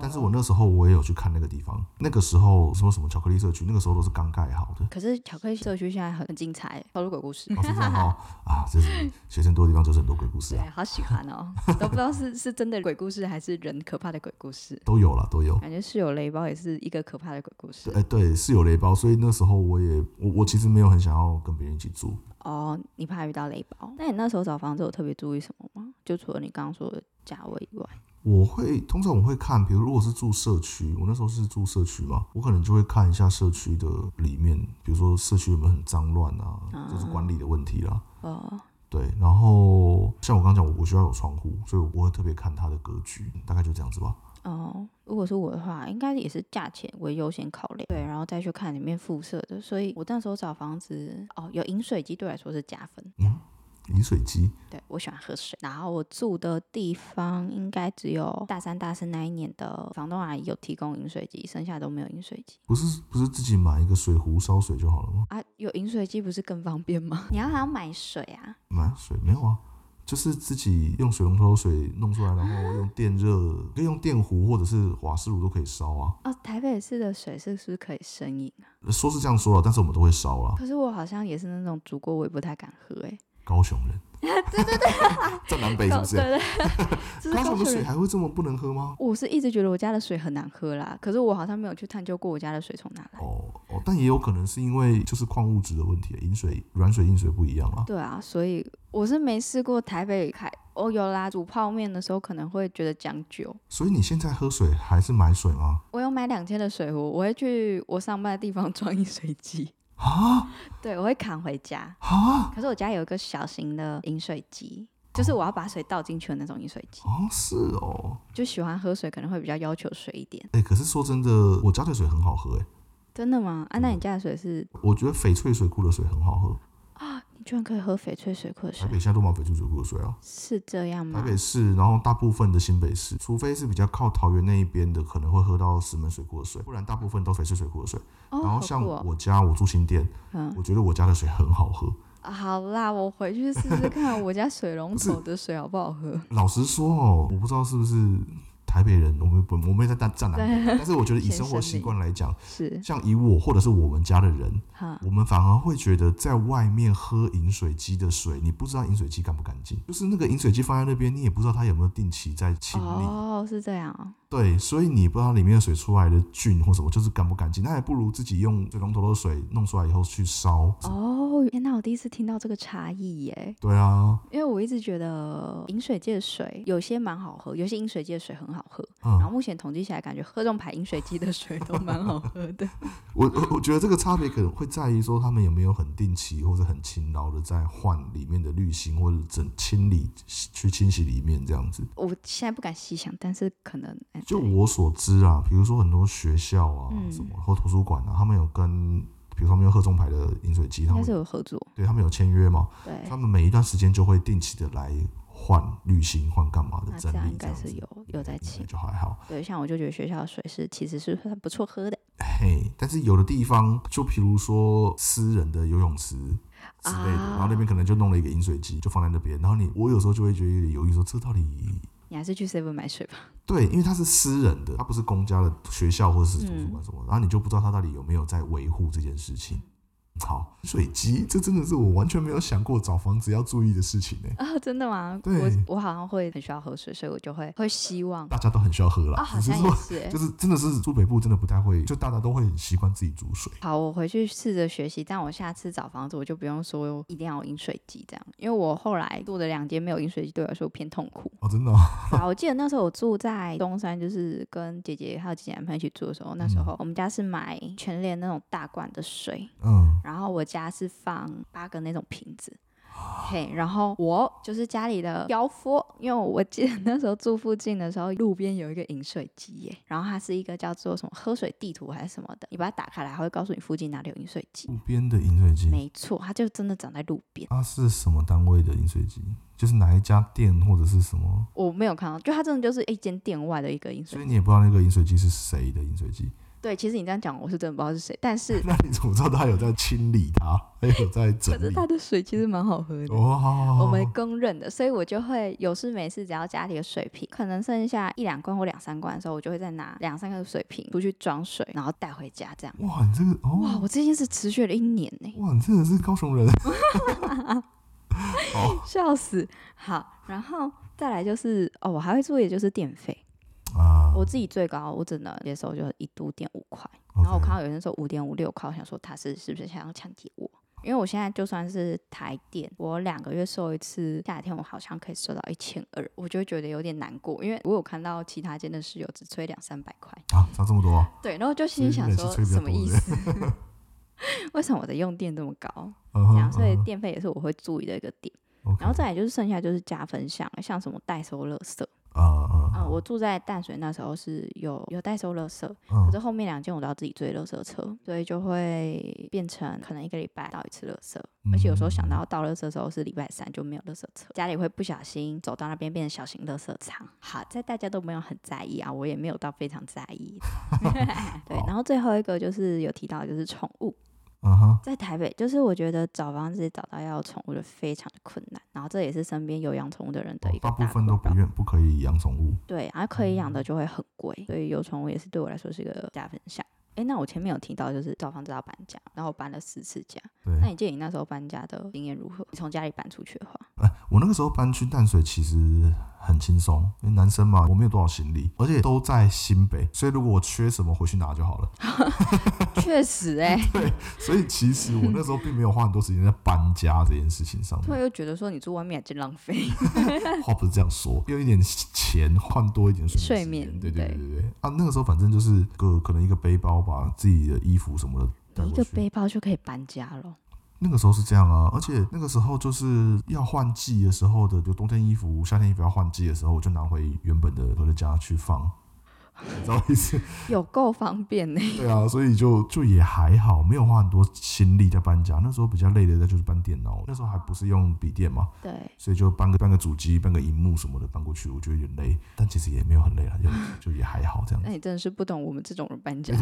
S1: 但是我
S2: 哦
S1: 那时候我也有去看那个地方。那个时候说什么巧克力社区，那个时候都是刚盖好的。
S2: 可是巧克力社区现在很很精彩，超多鬼故事
S1: 哦，。是这 样哦，啊，这是学生多的地方就是很多鬼故事
S2: 对
S1: 啊，
S2: 啊，好喜欢哦， 都不知道是是真的鬼故事还是人可怕的鬼故事。
S1: 都有啦，都有。
S2: 感觉室友雷包也是一个可怕的鬼故事
S1: 哎、对，是有雷包，所以那时候我也我我其实没有很想要跟别人一起住，
S2: 哦。你怕遇到雷包？那你那时候找房子有特别注意什么吗？就除了你刚刚说的价位以外，
S1: 我会通常我会看，比如如果是住社区，我那时候是住社区嘛，我可能就会看一下社区的里面，比如说社区有没有很脏乱啊，就是管理的问题啦。
S2: 哦，
S1: 对，然后像我刚刚讲，我我学校有窗户，所以我不会特别看它的格局，大概就这样子吧。
S2: 哦，如果是我的话，应该也是价钱为优先考量，对，然后再去看里面附设的。所以我那时候找房子，哦，有饮水机对我来说是加分，
S1: 饮水机
S2: 对我喜欢喝水。然后我住的地方应该只有大三、大四那一年的房东阿姨有提供饮水机，剩下都没有饮水机
S1: 不是不是自己买一个水壶烧水就好了吗？
S2: 啊。有饮水机不是更方便吗？你 要还要买水啊？
S1: 买水没有啊，就是自己用水龙头水弄出来，然后用电热，可以用电壶或者是瓦斯炉都可以烧啊。
S2: 哦，台北市的水是不是可以生饮啊？
S1: 说是这样说了，但是我们都会烧啦。
S2: 可是我好像也是那种煮过，我也不太敢喝哎、
S1: 高雄 人，对对对， 在南北是不
S2: 对
S1: 是？
S2: 对， 就是
S1: 高雄的
S2: 雄
S1: 水
S2: 人
S1: 还会这么不能喝吗？
S2: 我是一直觉得我家的水很难喝啦，可是我好像没有去探究过我家的水从哪来。
S1: 哦哦，但也有可能是因为就是矿物质的问题，饮水软水硬水不一样啦。
S2: 对啊，所以我是没试过台北开哦，有啦，煮泡面的时候可能会觉得讲究。
S1: 所以你现在喝水还是买水吗？
S2: 我有买两千的水壶，我会去我上班的地方 装饮水机，
S1: 啊
S2: 对我会扛回家。
S1: 啊
S2: 可是我家有一个小型的饮水机，就是我要把水倒进去的那种饮水机。
S1: 哦，是哦。
S2: 就喜欢喝水，可能会比较要求水一点。
S1: 哎、可是说真的，我家的水很好喝、欸，
S2: 真的吗？啊，那你家的水是？
S1: 我觉得翡翠水库的水很好喝。
S2: 你居然可以喝翡翠水库的
S1: 台
S2: 水，
S1: 北现在都买翡翠水库的水啊，
S2: 是这样
S1: 台
S2: 吗？
S1: 北市，然后大部分的新北市，除非是比较靠桃园那一边的，可能会喝到石门水库的水，不然大部分都翡翠水库的水。
S2: 哦，
S1: 然
S2: 好
S1: 后
S2: 酷
S1: 像
S2: 哦
S1: 我家，我住新店，
S2: 嗯
S1: 我觉得我家的水很好喝。
S2: 啊好啦，我回去试试看我家水龙
S1: 是
S2: 头的水好不 好喝。
S1: 老实说哦，我不知道是不是台北人，我们不，我们也在站站南北， 但是我觉得以
S2: 先
S1: 生活
S2: 声
S1: 习
S2: 明
S1: 惯来讲，
S2: 是
S1: 像以我或者是我们家的人，
S2: 哈，
S1: 我们反而会觉得在外面喝饮水机的水，你不知道饮水机干不干净，就是那个饮水机放在那边，你也不知道它有没有定期在清理。
S2: 哦，是这样哦。
S1: 对，所以你不知道里面的水出来的菌或什么，就是干不干净，那还不如自己用水龙头的水弄出来以后去烧。
S2: 哦，天哪，我第一次听到这个差异耶！
S1: 对啊，
S2: 因为我一直觉得饮水机的水有些蛮好喝，有些饮水机的水很好喝。然后
S1: 嗯，
S2: 目前统计起来，感觉喝这种牌饮水机的水都蛮好喝的。
S1: 我我我觉得这个差别可能会在于说他们有没有很定期或者很勤劳的在换里面的滤芯或者整清理去清洗里面这样子。
S2: 我现在不敢细想，但是可能哎
S1: 就
S2: 对
S1: 我所知啊，比如说很多学校啊、
S2: 嗯
S1: 什么或图书馆啊，他们有跟，比如说他们用贺中牌的饮水机，他
S2: 应该是
S1: 们
S2: 有合作，
S1: 对他们有签约嘛，
S2: 对，
S1: 他们每一段时间就会定期的来换滤芯、换干嘛的
S2: 那这
S1: 整
S2: 样
S1: 理
S2: 应
S1: 这
S2: 该
S1: 样
S2: 是
S1: 子。
S2: 有有在
S1: 应该
S2: 请。
S1: 就还好。
S2: 对，像我就觉得学校的水是其实是算不错喝的。
S1: 嘿，但是有的地方，就比如说私人的游泳池之类的，
S2: 啊
S1: 然后那边可能就弄了一个饮水机，就放在那边。然后你，我有时候就会觉得有点犹豫说，这到底
S2: 你还是去 Seven 买水吧。
S1: 对，因为它是私人的，它不是公家的学校或者是图书馆什
S2: 嗯
S1: 么的，然后你就不知道它到底有没有在维护这件事情。好，水机这真的是我完全没有想过找房子要注意的事情呢、欸
S2: 啊， 真的吗？
S1: 对
S2: 我我好像会很需要喝水，所以我就会会希望
S1: 大家都很需要喝啦，
S2: 啊，好
S1: 只
S2: 像
S1: 是
S2: 也
S1: 说
S2: 是、欸
S1: 就。是真的是住北部真的不太会，就大家都会很习惯自己煮水。。
S2: 好，我回去试着学习，但我下次找房子我就不用说一定要有饮水机这样，因为我后来住的两间没有饮水机，对我来说偏痛苦
S1: 哦，真的、哦，
S2: 对啊，我记得那时候我住在东山，就是跟姐姐还有姐姐男朋友一起住的时候，那时候我们家是买全联那种大罐的水，
S1: 嗯，
S2: 然后我家是放八个那种瓶子，嘿，然后我就是家里的漂夫，因为我记得那时候住附近的时候，路边有一个饮水机耶，然后它是一个叫做什么喝水地图还是什么的，你把它打开来，它会告诉你附近哪里有饮水机。
S1: 路边的饮水机，
S2: 没错，它就真的长在路边，
S1: 它是什么单位的饮水机？就是哪一家店或者是什么？
S2: 我没有看到，就它真的就是一间店外的一个饮水
S1: 所以
S2: 机。
S1: 你也不知道那个饮水机是谁的饮水机。
S2: 对，其实你这样讲，我是真的不知道是谁，但是
S1: 那你怎么知道他有在清理它，还有在整
S2: 可是，Oh
S1: 理？
S2: 它的水其实蛮好喝的。
S1: 哦，好好好好
S2: 我们公认的，所以我就会有事没事，只要家里的水瓶可能剩下一两罐或两三罐的时候，我就会再拿两三个水瓶出去装水，然后带回家这样。
S1: 哇，你这个
S2: 哇，
S1: 哦，
S2: 我这件事持续了一年呢、
S1: 哇，你真的是高雄人。好
S2: 笑死。好，然后再来就是哦，我还会注意的就是电费，
S1: 啊，
S2: 我自己最高我只能接受就是一度电五块，
S1: OK
S2: 然后我看到有人说五点五六块，我想说他是是不是想要抢劫我？因为我现在就算是台电，我两个月收一次，夏天我好像可以收到一千二，我就会觉得有点难过，因为我有看到其他间的室友只吹两三百块，
S1: 啊，差这么多啊，
S2: 对，然后我就心里
S1: 所以
S2: 想
S1: 冷气
S2: 说
S1: 吹比较
S2: 什么
S1: 多
S2: 意
S1: 对
S2: 思？为什么我的用电这么高？
S1: 嗯
S2: 这
S1: 哼
S2: 样，所以
S1: 嗯哼
S2: 电费也是我会注意的一个点。
S1: OK
S2: 然后再来就是剩下就是加分项，像什么代收垃圾
S1: 啊啊
S2: 啊、我住在淡水那时候是有有代收垃圾，
S1: 嗯
S2: 可是后面两间我都要自己追垃圾车，所以就会变成可能一个礼拜倒一次垃圾，而且有时候想
S1: 嗯
S2: 到倒垃圾的时候是礼拜三就没有垃圾车，家里会不小心走到那边变成小型垃圾场。好在大家都没有很在意啊，我也没有到非常在 意。对，然后最后一个就是有提到的就是宠物，
S1: 嗯哼，
S2: 在台北就是我觉得找房子找到要宠物的非常的困难，然后这也是身边有养宠物的人的一个
S1: 哦大部分
S2: 困
S1: 都
S2: 扰
S1: 不愿不可以养宠物。
S2: 对，然后可
S1: 嗯
S2: 以养的就会很贵，所以有宠物也是对我来说是一个加分项。诶，那我前面有提到，就是找房子要搬家，然后我搬了四次家。那
S1: 对，
S2: 你记得你那时候搬家的经验如何？你从家里搬出 去的话，
S1: 哎，我那个时候搬去淡水其实很轻松，因为男生嘛，我没有多少行李，而且都在新北，所以如果我缺什么回去拿就好了。
S2: 确实
S1: 欸
S2: 诶，
S1: 所以其实我那时候并没有花很多时间在搬家这件事情上
S2: 突
S1: 面。
S2: 然又觉得说你住外面还真浪 费。
S1: 话不是这样说，用一点钱换多一点睡眠时间。
S2: 睡眠
S1: 对对对
S2: 对
S1: 对对。啊，那个时候反正就是个可能一个背包把自己的衣服什么的带
S2: 你一
S1: 过
S2: 个
S1: 去。
S2: 背包就可以搬家了，
S1: 那个时候是这样啊，而且那个时候就是要换季的时候的，就冬天衣服、夏天衣服要换季的时候，我就拿回原本的我的家去放。你知道意思？
S2: 有够方便呢、
S1: 对啊，所以就就也还好，没有花很多心力在搬家。那时候比较累的，那就是搬电脑。那时候还不是用笔电嘛，
S2: 对，
S1: 所以就搬个搬个主机、搬个荧幕什么的搬过去，我觉得有点累，但其实也没有很累啊，就就也还好这样
S2: 那
S1: 子。
S2: 你真的是不懂我们这种人 搬家，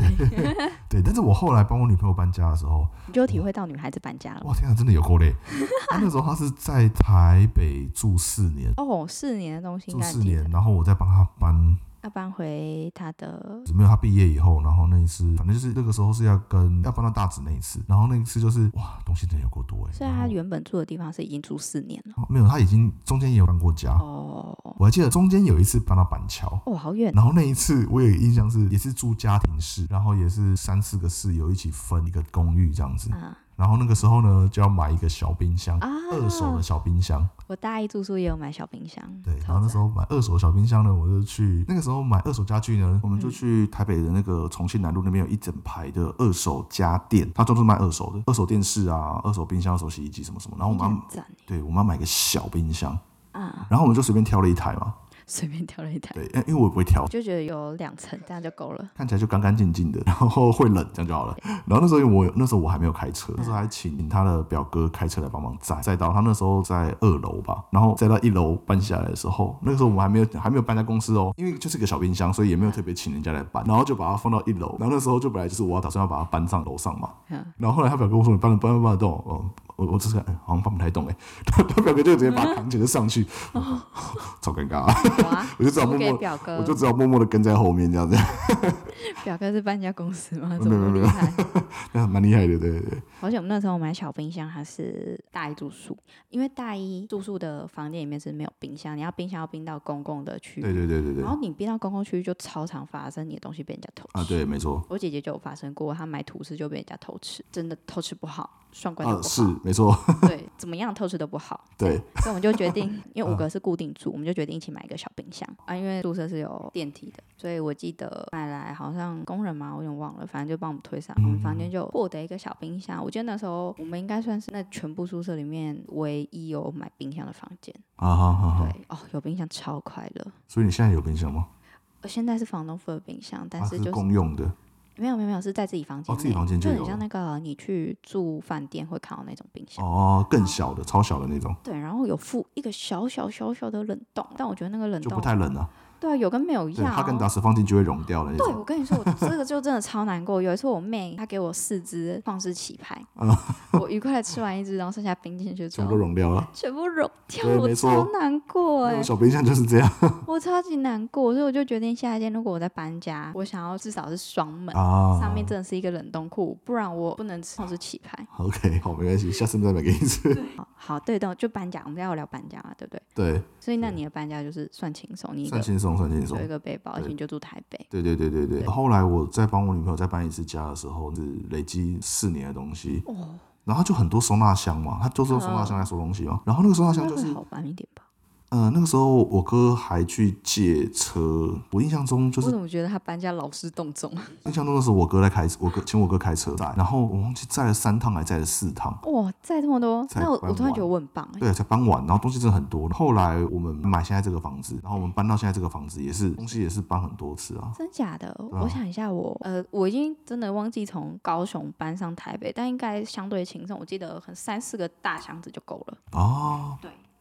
S1: 对，但是我后来帮我女朋友搬家的时候，
S2: 你就体会到女孩子搬家了。
S1: 哇，天啊，真的有够累。 她那时候她是在台北住四年，
S2: 哦，四年的东西应
S1: 住
S2: 该
S1: 四
S2: 记
S1: 年
S2: 得，，
S1: 然后我再帮她搬，
S2: 要搬回他的
S1: 没有她毕业以后，然后那一次，反正就是那个时候是要跟要搬到大直那一次，然后那一次就是哇，东西真的有够多哎。
S2: 所以
S1: 然
S2: 他
S1: 后
S2: 原本住的地方是已经住四年了。
S1: 没有，她已经中间也有搬过家，
S2: 哦，
S1: 我还记得中间有一次搬到板桥，
S2: 哦，好远。
S1: 然后那一次我有印象是也是住家庭式，然后也是三四个室友一起分一个公寓这样子。
S2: 啊
S1: 然后那个时候呢，就要买一个小冰箱，
S2: 啊！
S1: 二手的小冰箱。
S2: 我大一住宿也有买小冰箱，
S1: 对，然
S2: 超
S1: 后那
S2: 赞
S1: 时候买二手小冰箱呢，我就去那个时候买二手家具呢，我们就
S2: 嗯
S1: 去台北的那个重庆南路那边有一整排的二手家电，它都是卖二手的，二手电视啊，二手冰箱、二手洗衣机什么什么。然后我
S2: 听起来
S1: 们
S2: 很
S1: 要
S2: 赞
S1: 对，我们要买个小冰箱，
S2: 啊，
S1: 然后我们就随便挑了一台嘛。
S2: 随便挑了一台，
S1: 对，因因为我也不会挑，
S2: 就觉得有两层，这样就够 了。
S1: 看起来就干干净净的， 然后会冷，这样就好了。然后那时候因为我有那时候我还没有开车，那时候还请他的表哥开车来帮忙载，载到他那时候在二楼吧，然后载到一楼搬下来的时候，那个时候我们还没有还没有搬家公司哦，因为就是个小冰箱，所以也没有特别请人家来搬，然后就把它放到一楼。然后那时候就本来就是我要打算要把它搬上楼上嘛，
S2: 嗯
S1: 然后后来他表哥跟我说：“你搬得搬得搬得动？”哦，我我只是、哎好像搬不太动哎、他他表哥就直接把它扛起来就上去， 超尴尬、，
S2: 哇
S1: 我就只好
S2: 输
S1: 默
S2: 啊给
S1: 默地。
S2: 表哥
S1: 我，就只好默默的跟在后面这样子，
S2: 表哥是搬家公司吗？
S1: 有
S2: 这么
S1: 没
S2: 厉
S1: 有
S2: 害？
S1: 蛮厉害的，对对对。
S2: 而且我们那时候买小冰箱还是大一住宿，因为大一住宿的房间里面是没有冰箱，你要冰箱要冰到公共的区域，
S1: 对对对对对
S2: 然。后你冰到公共区域就超常发生你的东西被人家偷
S1: 啊，
S2: 吃。
S1: 对，没错，
S2: 我姐姐就有发生过，她买吐司就被人家偷吃，真的偷吃不好，双关都
S1: 啊，
S2: 不
S1: 是
S2: 好，
S1: 没错，
S2: 对，怎么样透视都不好。
S1: 对，
S2: 所以我们就决定，因为
S1: 啊
S2: 五个是固定住，我们就决定一起买一个小冰箱啊，因为宿舍是有电梯的，所以我记得买来好像工人嘛，我有点忘了，反正就帮我们推上，我们房
S1: 嗯
S2: 间就获得一个小冰箱。我记得那时候我们应该算是那全部宿舍里面唯一有买冰箱的房间。
S1: 啊哈哈哈。
S2: 对，哦，有冰箱超快乐。
S1: 所以你现在有冰箱吗？
S2: 呃现在是房东付的冰箱，但
S1: 啊，
S2: 是就是是
S1: 公用的
S2: 没有没有没有是在自己房
S1: 哦
S2: 间内，
S1: 自己房间就
S2: 就很
S1: 有
S2: 像
S1: 了
S2: 那个你去住饭店会看到那种嗯冰箱。
S1: 哦，更小的，超小的那种，
S2: 对，然后有附一个小小小小的冷冻，但我觉得那个冷
S1: 就
S2: 冻
S1: 不太冷了、
S2: 对啊，有跟没有一
S1: 对，
S2: 样、
S1: 哈根
S2: 哦。
S1: 达斯放进去会融掉的那
S2: 对，
S1: 种。
S2: 我跟你说，我这个就真 的超难过。有一次，我妹她给我四只旷世奇牌， 我愉快的吃完一只，然后剩下冰进去
S1: 哦
S2: 之
S1: 全部都
S2: 后，
S1: 融掉了，
S2: 全部融掉，
S1: 对
S2: 我
S1: 没错
S2: 超难过哎、
S1: 那种小冰箱就是这样
S2: 我超级难过，所以我就决定下一件，如果我在搬家，我想要至少是双门，
S1: 啊。
S2: 上面真的是一个冷冻库，不然我不能吃旷世奇牌。
S1: OK，好，没关系，下次再买给你吃。
S2: 好好，对的，就搬家，我们要聊搬家嘛，对不对？
S1: 对，
S2: 所以那你的搬家就是算轻松，你一个
S1: 算轻松，算轻松
S2: 有一。个背包，而且
S1: 对
S2: 你就住台北，
S1: 对对对对对。后来我再帮我女朋友再搬一次家的时候，是累积四年的东西。
S2: 哦，
S1: 然后她就很多收纳箱嘛，她就是用收纳箱来收东西嘛。然后那个收纳
S2: 应
S1: 箱
S2: 该
S1: 就
S2: 会
S1: 是，
S2: 好搬一点吧。
S1: 呃，那个时候我哥还去借车，我印象中就
S2: 我
S1: 是
S2: 怎么觉得他搬家劳师 动众？
S1: 印象中的是我哥在开，我哥请我哥开车载，然后我忘记载了三趟还载了四趟。
S2: 哇，载这么多，
S1: 才
S2: 那我
S1: 搬
S2: 我突然
S1: 完
S2: 觉得我很棒哎、
S1: 对，啊才搬完，然后东西真的很多。后来我们买现在这个房子，然后我们搬到现在这个房子，也是东西也是搬很多次啊。
S2: 真假的？
S1: 对啊
S2: 我想一下我，呃，我已经真的忘记从高雄搬上台北，但应该相对轻松。我记得很三四个大箱子就够了，
S1: 哦，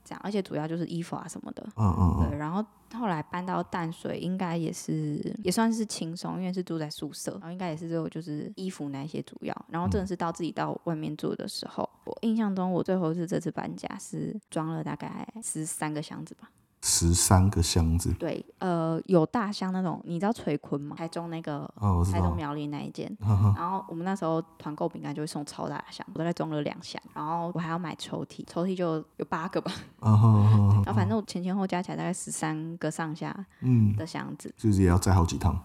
S2: 这样，而且主要就是衣服啊什么的。
S1: 嗯嗯嗯，
S2: 对，然后后来搬到淡水，应该也是也算是轻松，因为是住在宿舍，然后应该也是只有就是衣服那一些主要。然
S1: 嗯
S2: 后真的是到自己到外面住的时候，我印象中我最后是这次搬家是装了大概十三个箱子吧。
S1: 十三个箱子，
S2: 对，呃，有大箱那种，你知道垂坤吗？台中那个，
S1: 哦，我知
S2: 台中
S1: 道，嗯
S2: 苗栗那一 间。
S1: 呵呵
S2: 然后我们那时候团购饼干就会送超大的箱，我大概装了两箱，然后我还要买抽屉，抽屉就有八个吧，
S1: 嗯哼哼哼
S2: 然后反正我前前后加起来大概十三个上下
S1: 嗯，
S2: 的箱子。
S1: 就是也要载好几趟。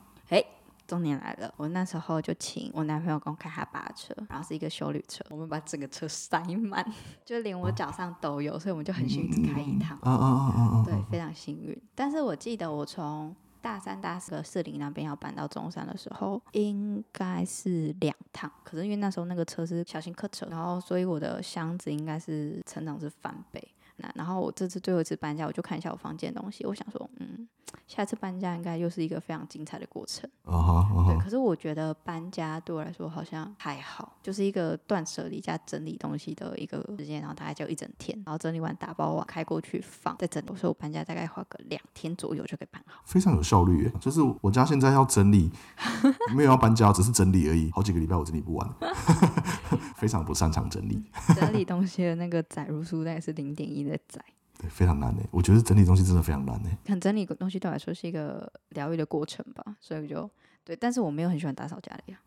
S2: 重点来了，我那时候就请我男朋友跟我开他爸的车，然后是一个修旅车，我们把整个车塞满， 就连我脚上都有，所以我们就很幸运只开一趟。
S1: 嗯嗯嗯嗯嗯，
S2: 对，非常幸运。但是我记得我从大三、大四的士林那边要搬到中山的时候，应该是两趟。可是因为那时候那个车是小型客车，然后所以我的箱子应该是成长是翻倍。那然后我这次最后一次搬家，我就看一下我房间的东西，我想说，嗯，下次搬家应该又是一个非常精彩的过程。
S1: 嗯哼嗯
S2: 对，
S1: 哼，
S2: 可是我觉得搬家对我来说好像还好，就是一个断舍离加整理东西的一个时间，然后大概就一整天，然后整理完打包完开过去放，再整理。所以我搬家大概花个两天左右就可以搬好。
S1: 非常有效率耶。就是我家现在要整理， 没有要搬家，只是整理而已，好几个礼拜我整理不完， 非常不擅长整理，
S2: 整理东西的那个载入数大概是零点一的载，
S1: 对，非常难诶。欸我觉得整理东西真的非常难欸诶。
S2: 可能整理东西对我来说是一个疗愈的过程吧，所以我就对，但是我没有很喜欢打扫家里啊。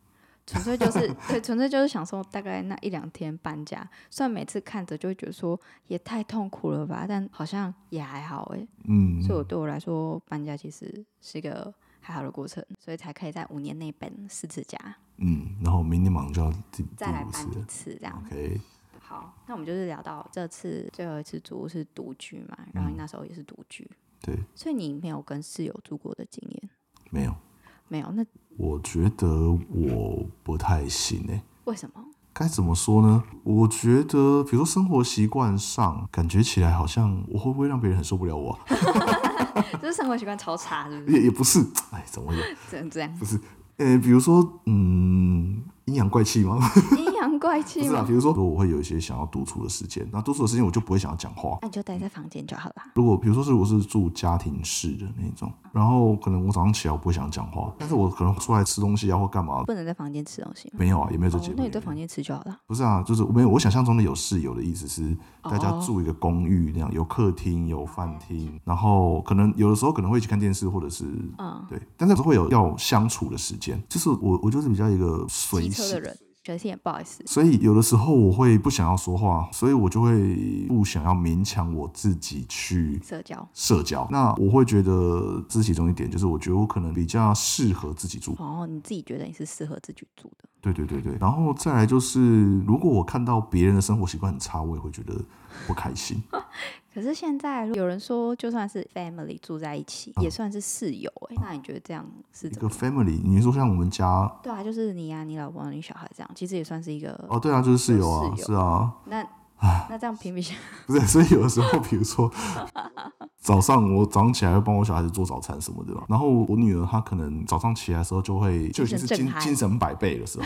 S2: 纯粹就是对，纯粹就是享受大概那一两天搬家。虽然每次看着就会觉得说也太痛苦了吧，但好像也还好哎、
S1: 嗯，
S2: 所以我对我来说，搬家其实是一个还好的过程，所以才可以在五年内搬四次家，
S1: 嗯，然后明天马上就要第第
S2: 再来
S1: 五次
S2: 搬一
S1: 了。
S2: 次这样。
S1: 哦 OK，
S2: 好，那我们就是聊到这次最后一次租是独居嘛，
S1: 嗯
S2: 然后你那时候也是独居，
S1: 对，
S2: 所以你没有跟室友住过的经验，
S1: 没有，
S2: 没有？那
S1: 我觉得我不太行诶。
S2: 为什么？
S1: 该怎么说呢？我觉得，比如说生活习惯上，感觉起来好像我会不会让别人很受不了我、啊？
S2: 就是生活习惯超差，是不是？
S1: 也也不是，哎，怎么会有？
S2: 只能这样，
S1: 呃，比如说，嗯，阴阳怪气吗？
S2: 阴阳怪
S1: 不
S2: 气
S1: 是啊，
S2: 吗？
S1: 比如说，我会有一些想要独处的时间，那独处的时间我就不会想要讲话。
S2: 那你就待在房间就好啦。
S1: 如果比如说是我是住家庭式的那种，然后可能我早上起来我不会想讲话，但是我可能出来吃东西啊或干嘛，
S2: 不能在房间吃东西吗？
S1: 没有啊，也没有这
S2: 哦
S1: 节，目。
S2: 那你在房间吃就好了。
S1: 不是啊，就是没有。我想象中的有室友的意思是，大家
S2: 哦
S1: 住一个公寓那样，有客厅、有饭厅，然后可能有的时候可能会一起看电视，或者是
S2: 嗯，
S1: 对，但是会有要相处的时间。就是我，我就是比较一个随
S2: 机车
S1: 性，
S2: 的人学生也不好意思。
S1: 所以有的时候我会不想要说话，所以我就会不想要勉强我自己去
S2: 社交
S1: 社交。那我会觉得这是其中一点，就是我觉得我可能比较适合自己住。
S2: 哦，你自己觉得你是适合自己住的，
S1: 对对对对，然后再来就是，如果我看到别人的生活习惯很差，我也会觉得不开心。
S2: 可是现在有人说，就算是 family 住在一起，也算是室友哎、那你觉得这样
S1: 嗯
S2: 是
S1: 一
S2: 怎
S1: 个
S2: 么？
S1: family，你是说像我们家
S2: 对啊，就是你啊、你老公、你小孩这样，其实也算是一个。
S1: 哦，对啊，就是室友啊，
S2: 有室友
S1: 是啊，
S2: 那那这样评比下，
S1: 不是， 所以有的时候，比如说早上我早上起来会帮我小孩子做早餐什么的嘛，然后我女儿她可能早上起来的时候就会就已经是
S2: 精神
S1: 精
S2: 正嗨
S1: 精神百倍的时候，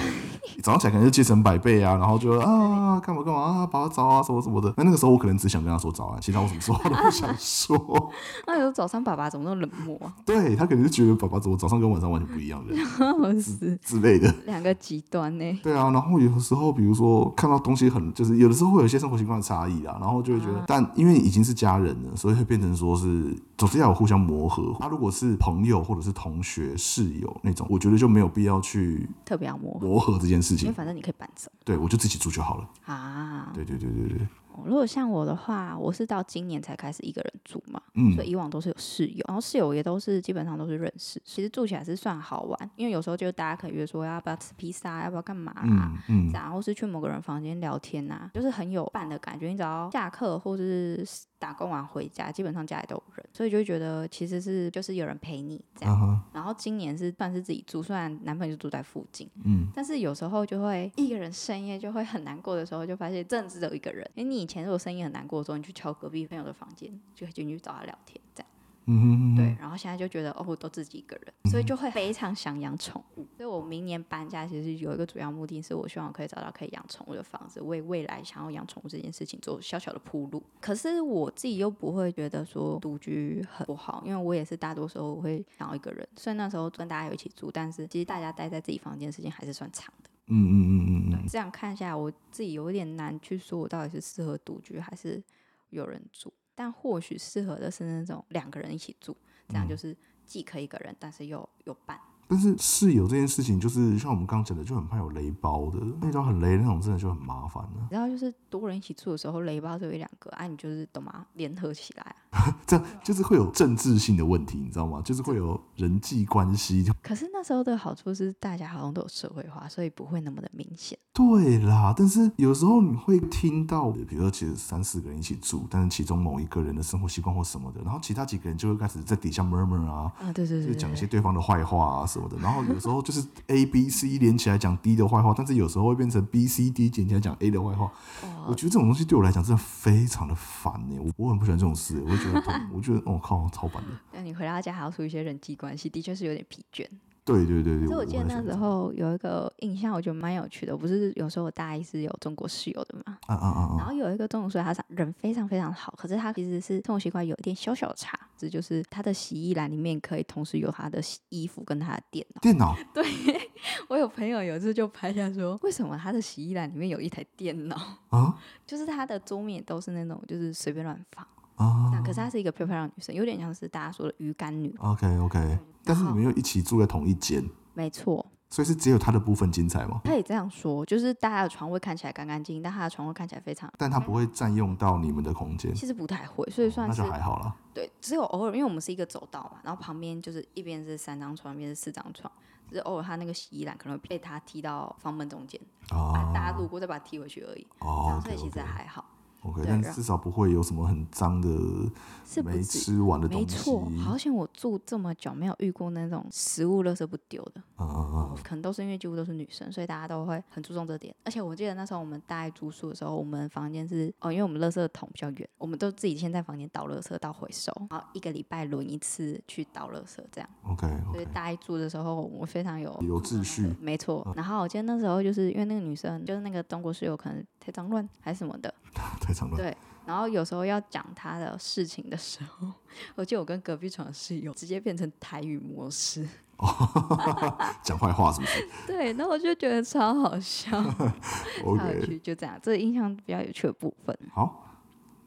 S1: 早上起来可能就精神百倍啊，然后就 啊干嘛干嘛啊，爸爸早啊什么什么的。那那个时候我可能只想跟她说早安，其他我什么说话都不想说。
S2: 那有时候早上爸爸怎么那么冷漠啊？
S1: 对她可能就觉得爸爸怎么早上跟晚上完全不一样的
S2: 是
S1: 之类的。
S2: 两个极端呢、
S1: 对啊，然后有的时候，比如说看到东西很，就是有的时候会有一些生活习惯的差异啊，然后就会觉
S2: 嗯
S1: 得，但因为已经是家人了，所以会变成说是，总是要有互相磨合。他、如果是朋友或者是同学、室友那种，我觉得就没有必要去
S2: 特别要磨合，
S1: 磨合这件事
S2: 因为
S1: 情。
S2: 反正你可以搬走
S1: 对，我就自己住就好了。
S2: 啊。
S1: 对对对对对，
S2: 哦如果像我的话，我是到今年才开始一个人住嘛，
S1: 嗯
S2: 所以以往都是有室友，然后室友也都是基本上都是认识，其实住起来是算好玩，因为有时候就大家可以约说要不要吃披萨，要不要干嘛、啊。
S1: 嗯嗯
S2: 这，样，或是去某个人房间聊天呐、就是很有伴的感觉。你只要下课或是打工完回家，基本上家里都有人，所以就会觉得其实是就是有人陪你这样。
S1: 啊哈，
S2: 然后今年是算是自己住，虽然男朋友就住在附近，
S1: 嗯，
S2: 但是有时候就会一个人深夜就会很难过的时候，就发现真的只有一个人。因为你以前如果深夜很难过的时候，你去敲隔壁朋友的房间，就可以进去找他聊天，这样
S1: 嗯哼嗯哼嗯
S2: 对。然后现在就觉得哦，我都自己一个人，所以就会非常想养宠物。所以我明年搬家其实有一个主要目的是我希望我可以找到可以养宠物的房子，为未来想要养宠物这件事情做小小的铺路。可是我自己又不会觉得说独居很不好，因为我也是大多时候我会想要一个人。虽然那时候跟大家有一起住，但是其实大家待在自己房间的时间还是算长的。
S1: 嗯嗯嗯嗯嗯，
S2: 这样看下来，我自己有一点难去说我到底是适合独居还是有人住。但或许适合的是那种两个人一起住，这样就是既可以一个人，但是又有伴。
S1: 但是室友这件事情，就是像我们刚刚讲的，就很怕有雷包的，遇到很雷那种，真的就很麻烦了、
S2: 然后就是多人一起住的时候，雷包只有一两个，啊，你就是懂吗？联合起来啊、
S1: 这样就是会有政治性的问题，你知道吗？就是会有人际关系。
S2: 可是那时候的好处是，大家好像都有社会化，所以不会那么的明显。
S1: 对啦，但是有时候你会听到，比如说其实三四个人一起住，但是其中某一个人的生活习惯或什么的，然后其他几个人就会开始在底下 murmur 啊，
S2: 啊，对对
S1: 就
S2: 对
S1: 是
S2: 对
S1: 讲一
S2: 对
S1: 些对方的坏话啊什么的。然后有时候就是 A、B、C 连起来讲 D 的坏话，但是有时候会变成 B、C、D 连起来讲 A 的坏话。我
S2: 哦，
S1: 觉得这种东西对我来讲真的非常的烦呢、我我很不喜欢这种事、欸我会觉 得很，我觉得哦靠，超烦的。
S2: 那你回到家还要处理一些人际关系，的确是有点疲倦。
S1: 对对对对，
S2: 所以我记得
S1: 很
S2: 那
S1: 喜欢
S2: 时
S1: 这样
S2: 候有一个印象，我觉得蛮有趣的。不是有时候我大一是有中国室友的嘛，
S1: 嗯嗯嗯
S2: 然后有一个中国室友，他人非常非常好，可是他其实是生活习惯有一点小小差，这就是他的洗衣篮里面可以同时有他的洗衣服跟他的电
S1: 嗯，。
S2: 脑
S1: 电脑
S2: 对我有朋友有一次就拍下说，为什么他的洗衣篮里面有一台电脑？
S1: 啊
S2: 就是他的桌面都是那种就是随便乱放，
S1: 啊
S2: 但可是她是一个漂漂亮的女生，有点像是大家说的鱼干女，
S1: ，OK OK，但是你们又一起住在同一间，
S2: 没错。
S1: 所以是只有他的部分精彩吗？
S2: 可以这样说，就是大家的床位看起来干干净净，但她的床位看起来非常，
S1: 但他不会占用到你们的空间，
S2: 其实不太会，所以算
S1: 那
S2: 哦是
S1: 就还好啦。
S2: 对，只有偶尔，因为我们是一个走道嘛，然后旁边就是一边是三张床，一边是四张床，只是偶尔她那个洗衣篮可能会被她踢到房门中间，啊，大家
S1: 啊
S2: 路过再把她踢回去而已，这
S1: 哦
S2: 样，所以其实还好，
S1: OK，
S2: 对
S1: 但
S2: 然后
S1: 至少不会有什么很脏的
S2: 是不
S1: 没
S2: 止。
S1: 吃完的
S2: 没
S1: 东西。
S2: 错，好
S1: 嗯
S2: 险我住这么久没有遇过那种食物垃圾不丢的，
S1: 嗯嗯，
S2: 可能都是因为几乎都是女生，所以大家都会很注重这点。而且我记得那时候我们大概住宿的时候，我们房间是哦，因为我们垃圾桶比较远，我们都自己先在房间倒垃圾到回收，然后一个礼拜轮一次去倒垃圾这样。
S1: OK
S2: 所以
S1: OK，
S2: 大一住的时候，我非常有
S1: 有秩序。
S2: 没错。
S1: 哦
S2: 然后我记得那时候就是因为那个女生，就是那个中国室友可能太脏乱还是什么的，
S1: 太长了。
S2: 对。然后有时候要讲她的事情的时候， 我记得我跟隔壁床的室友直接变成台语模式。
S1: 讲坏话是不 是
S2: 对，那我就觉得超好笑。好有
S1: ？OK，
S2: 趣，就这样，这是印象比较有趣的部分。
S1: 好，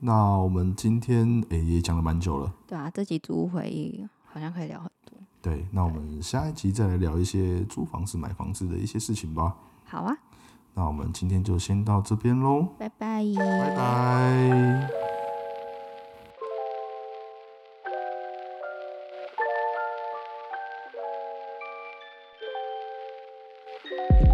S1: 那我们今天诶、也讲了蛮久了。
S2: 对啊，这集租屋回忆好像可以聊很多。
S1: 对，那我们下一集再来聊一些租房子、买房子的一些事情吧。
S2: 好啊，
S1: 那我们今天就先到这边喽，
S2: 拜拜，
S1: 拜拜。
S3: Thank you.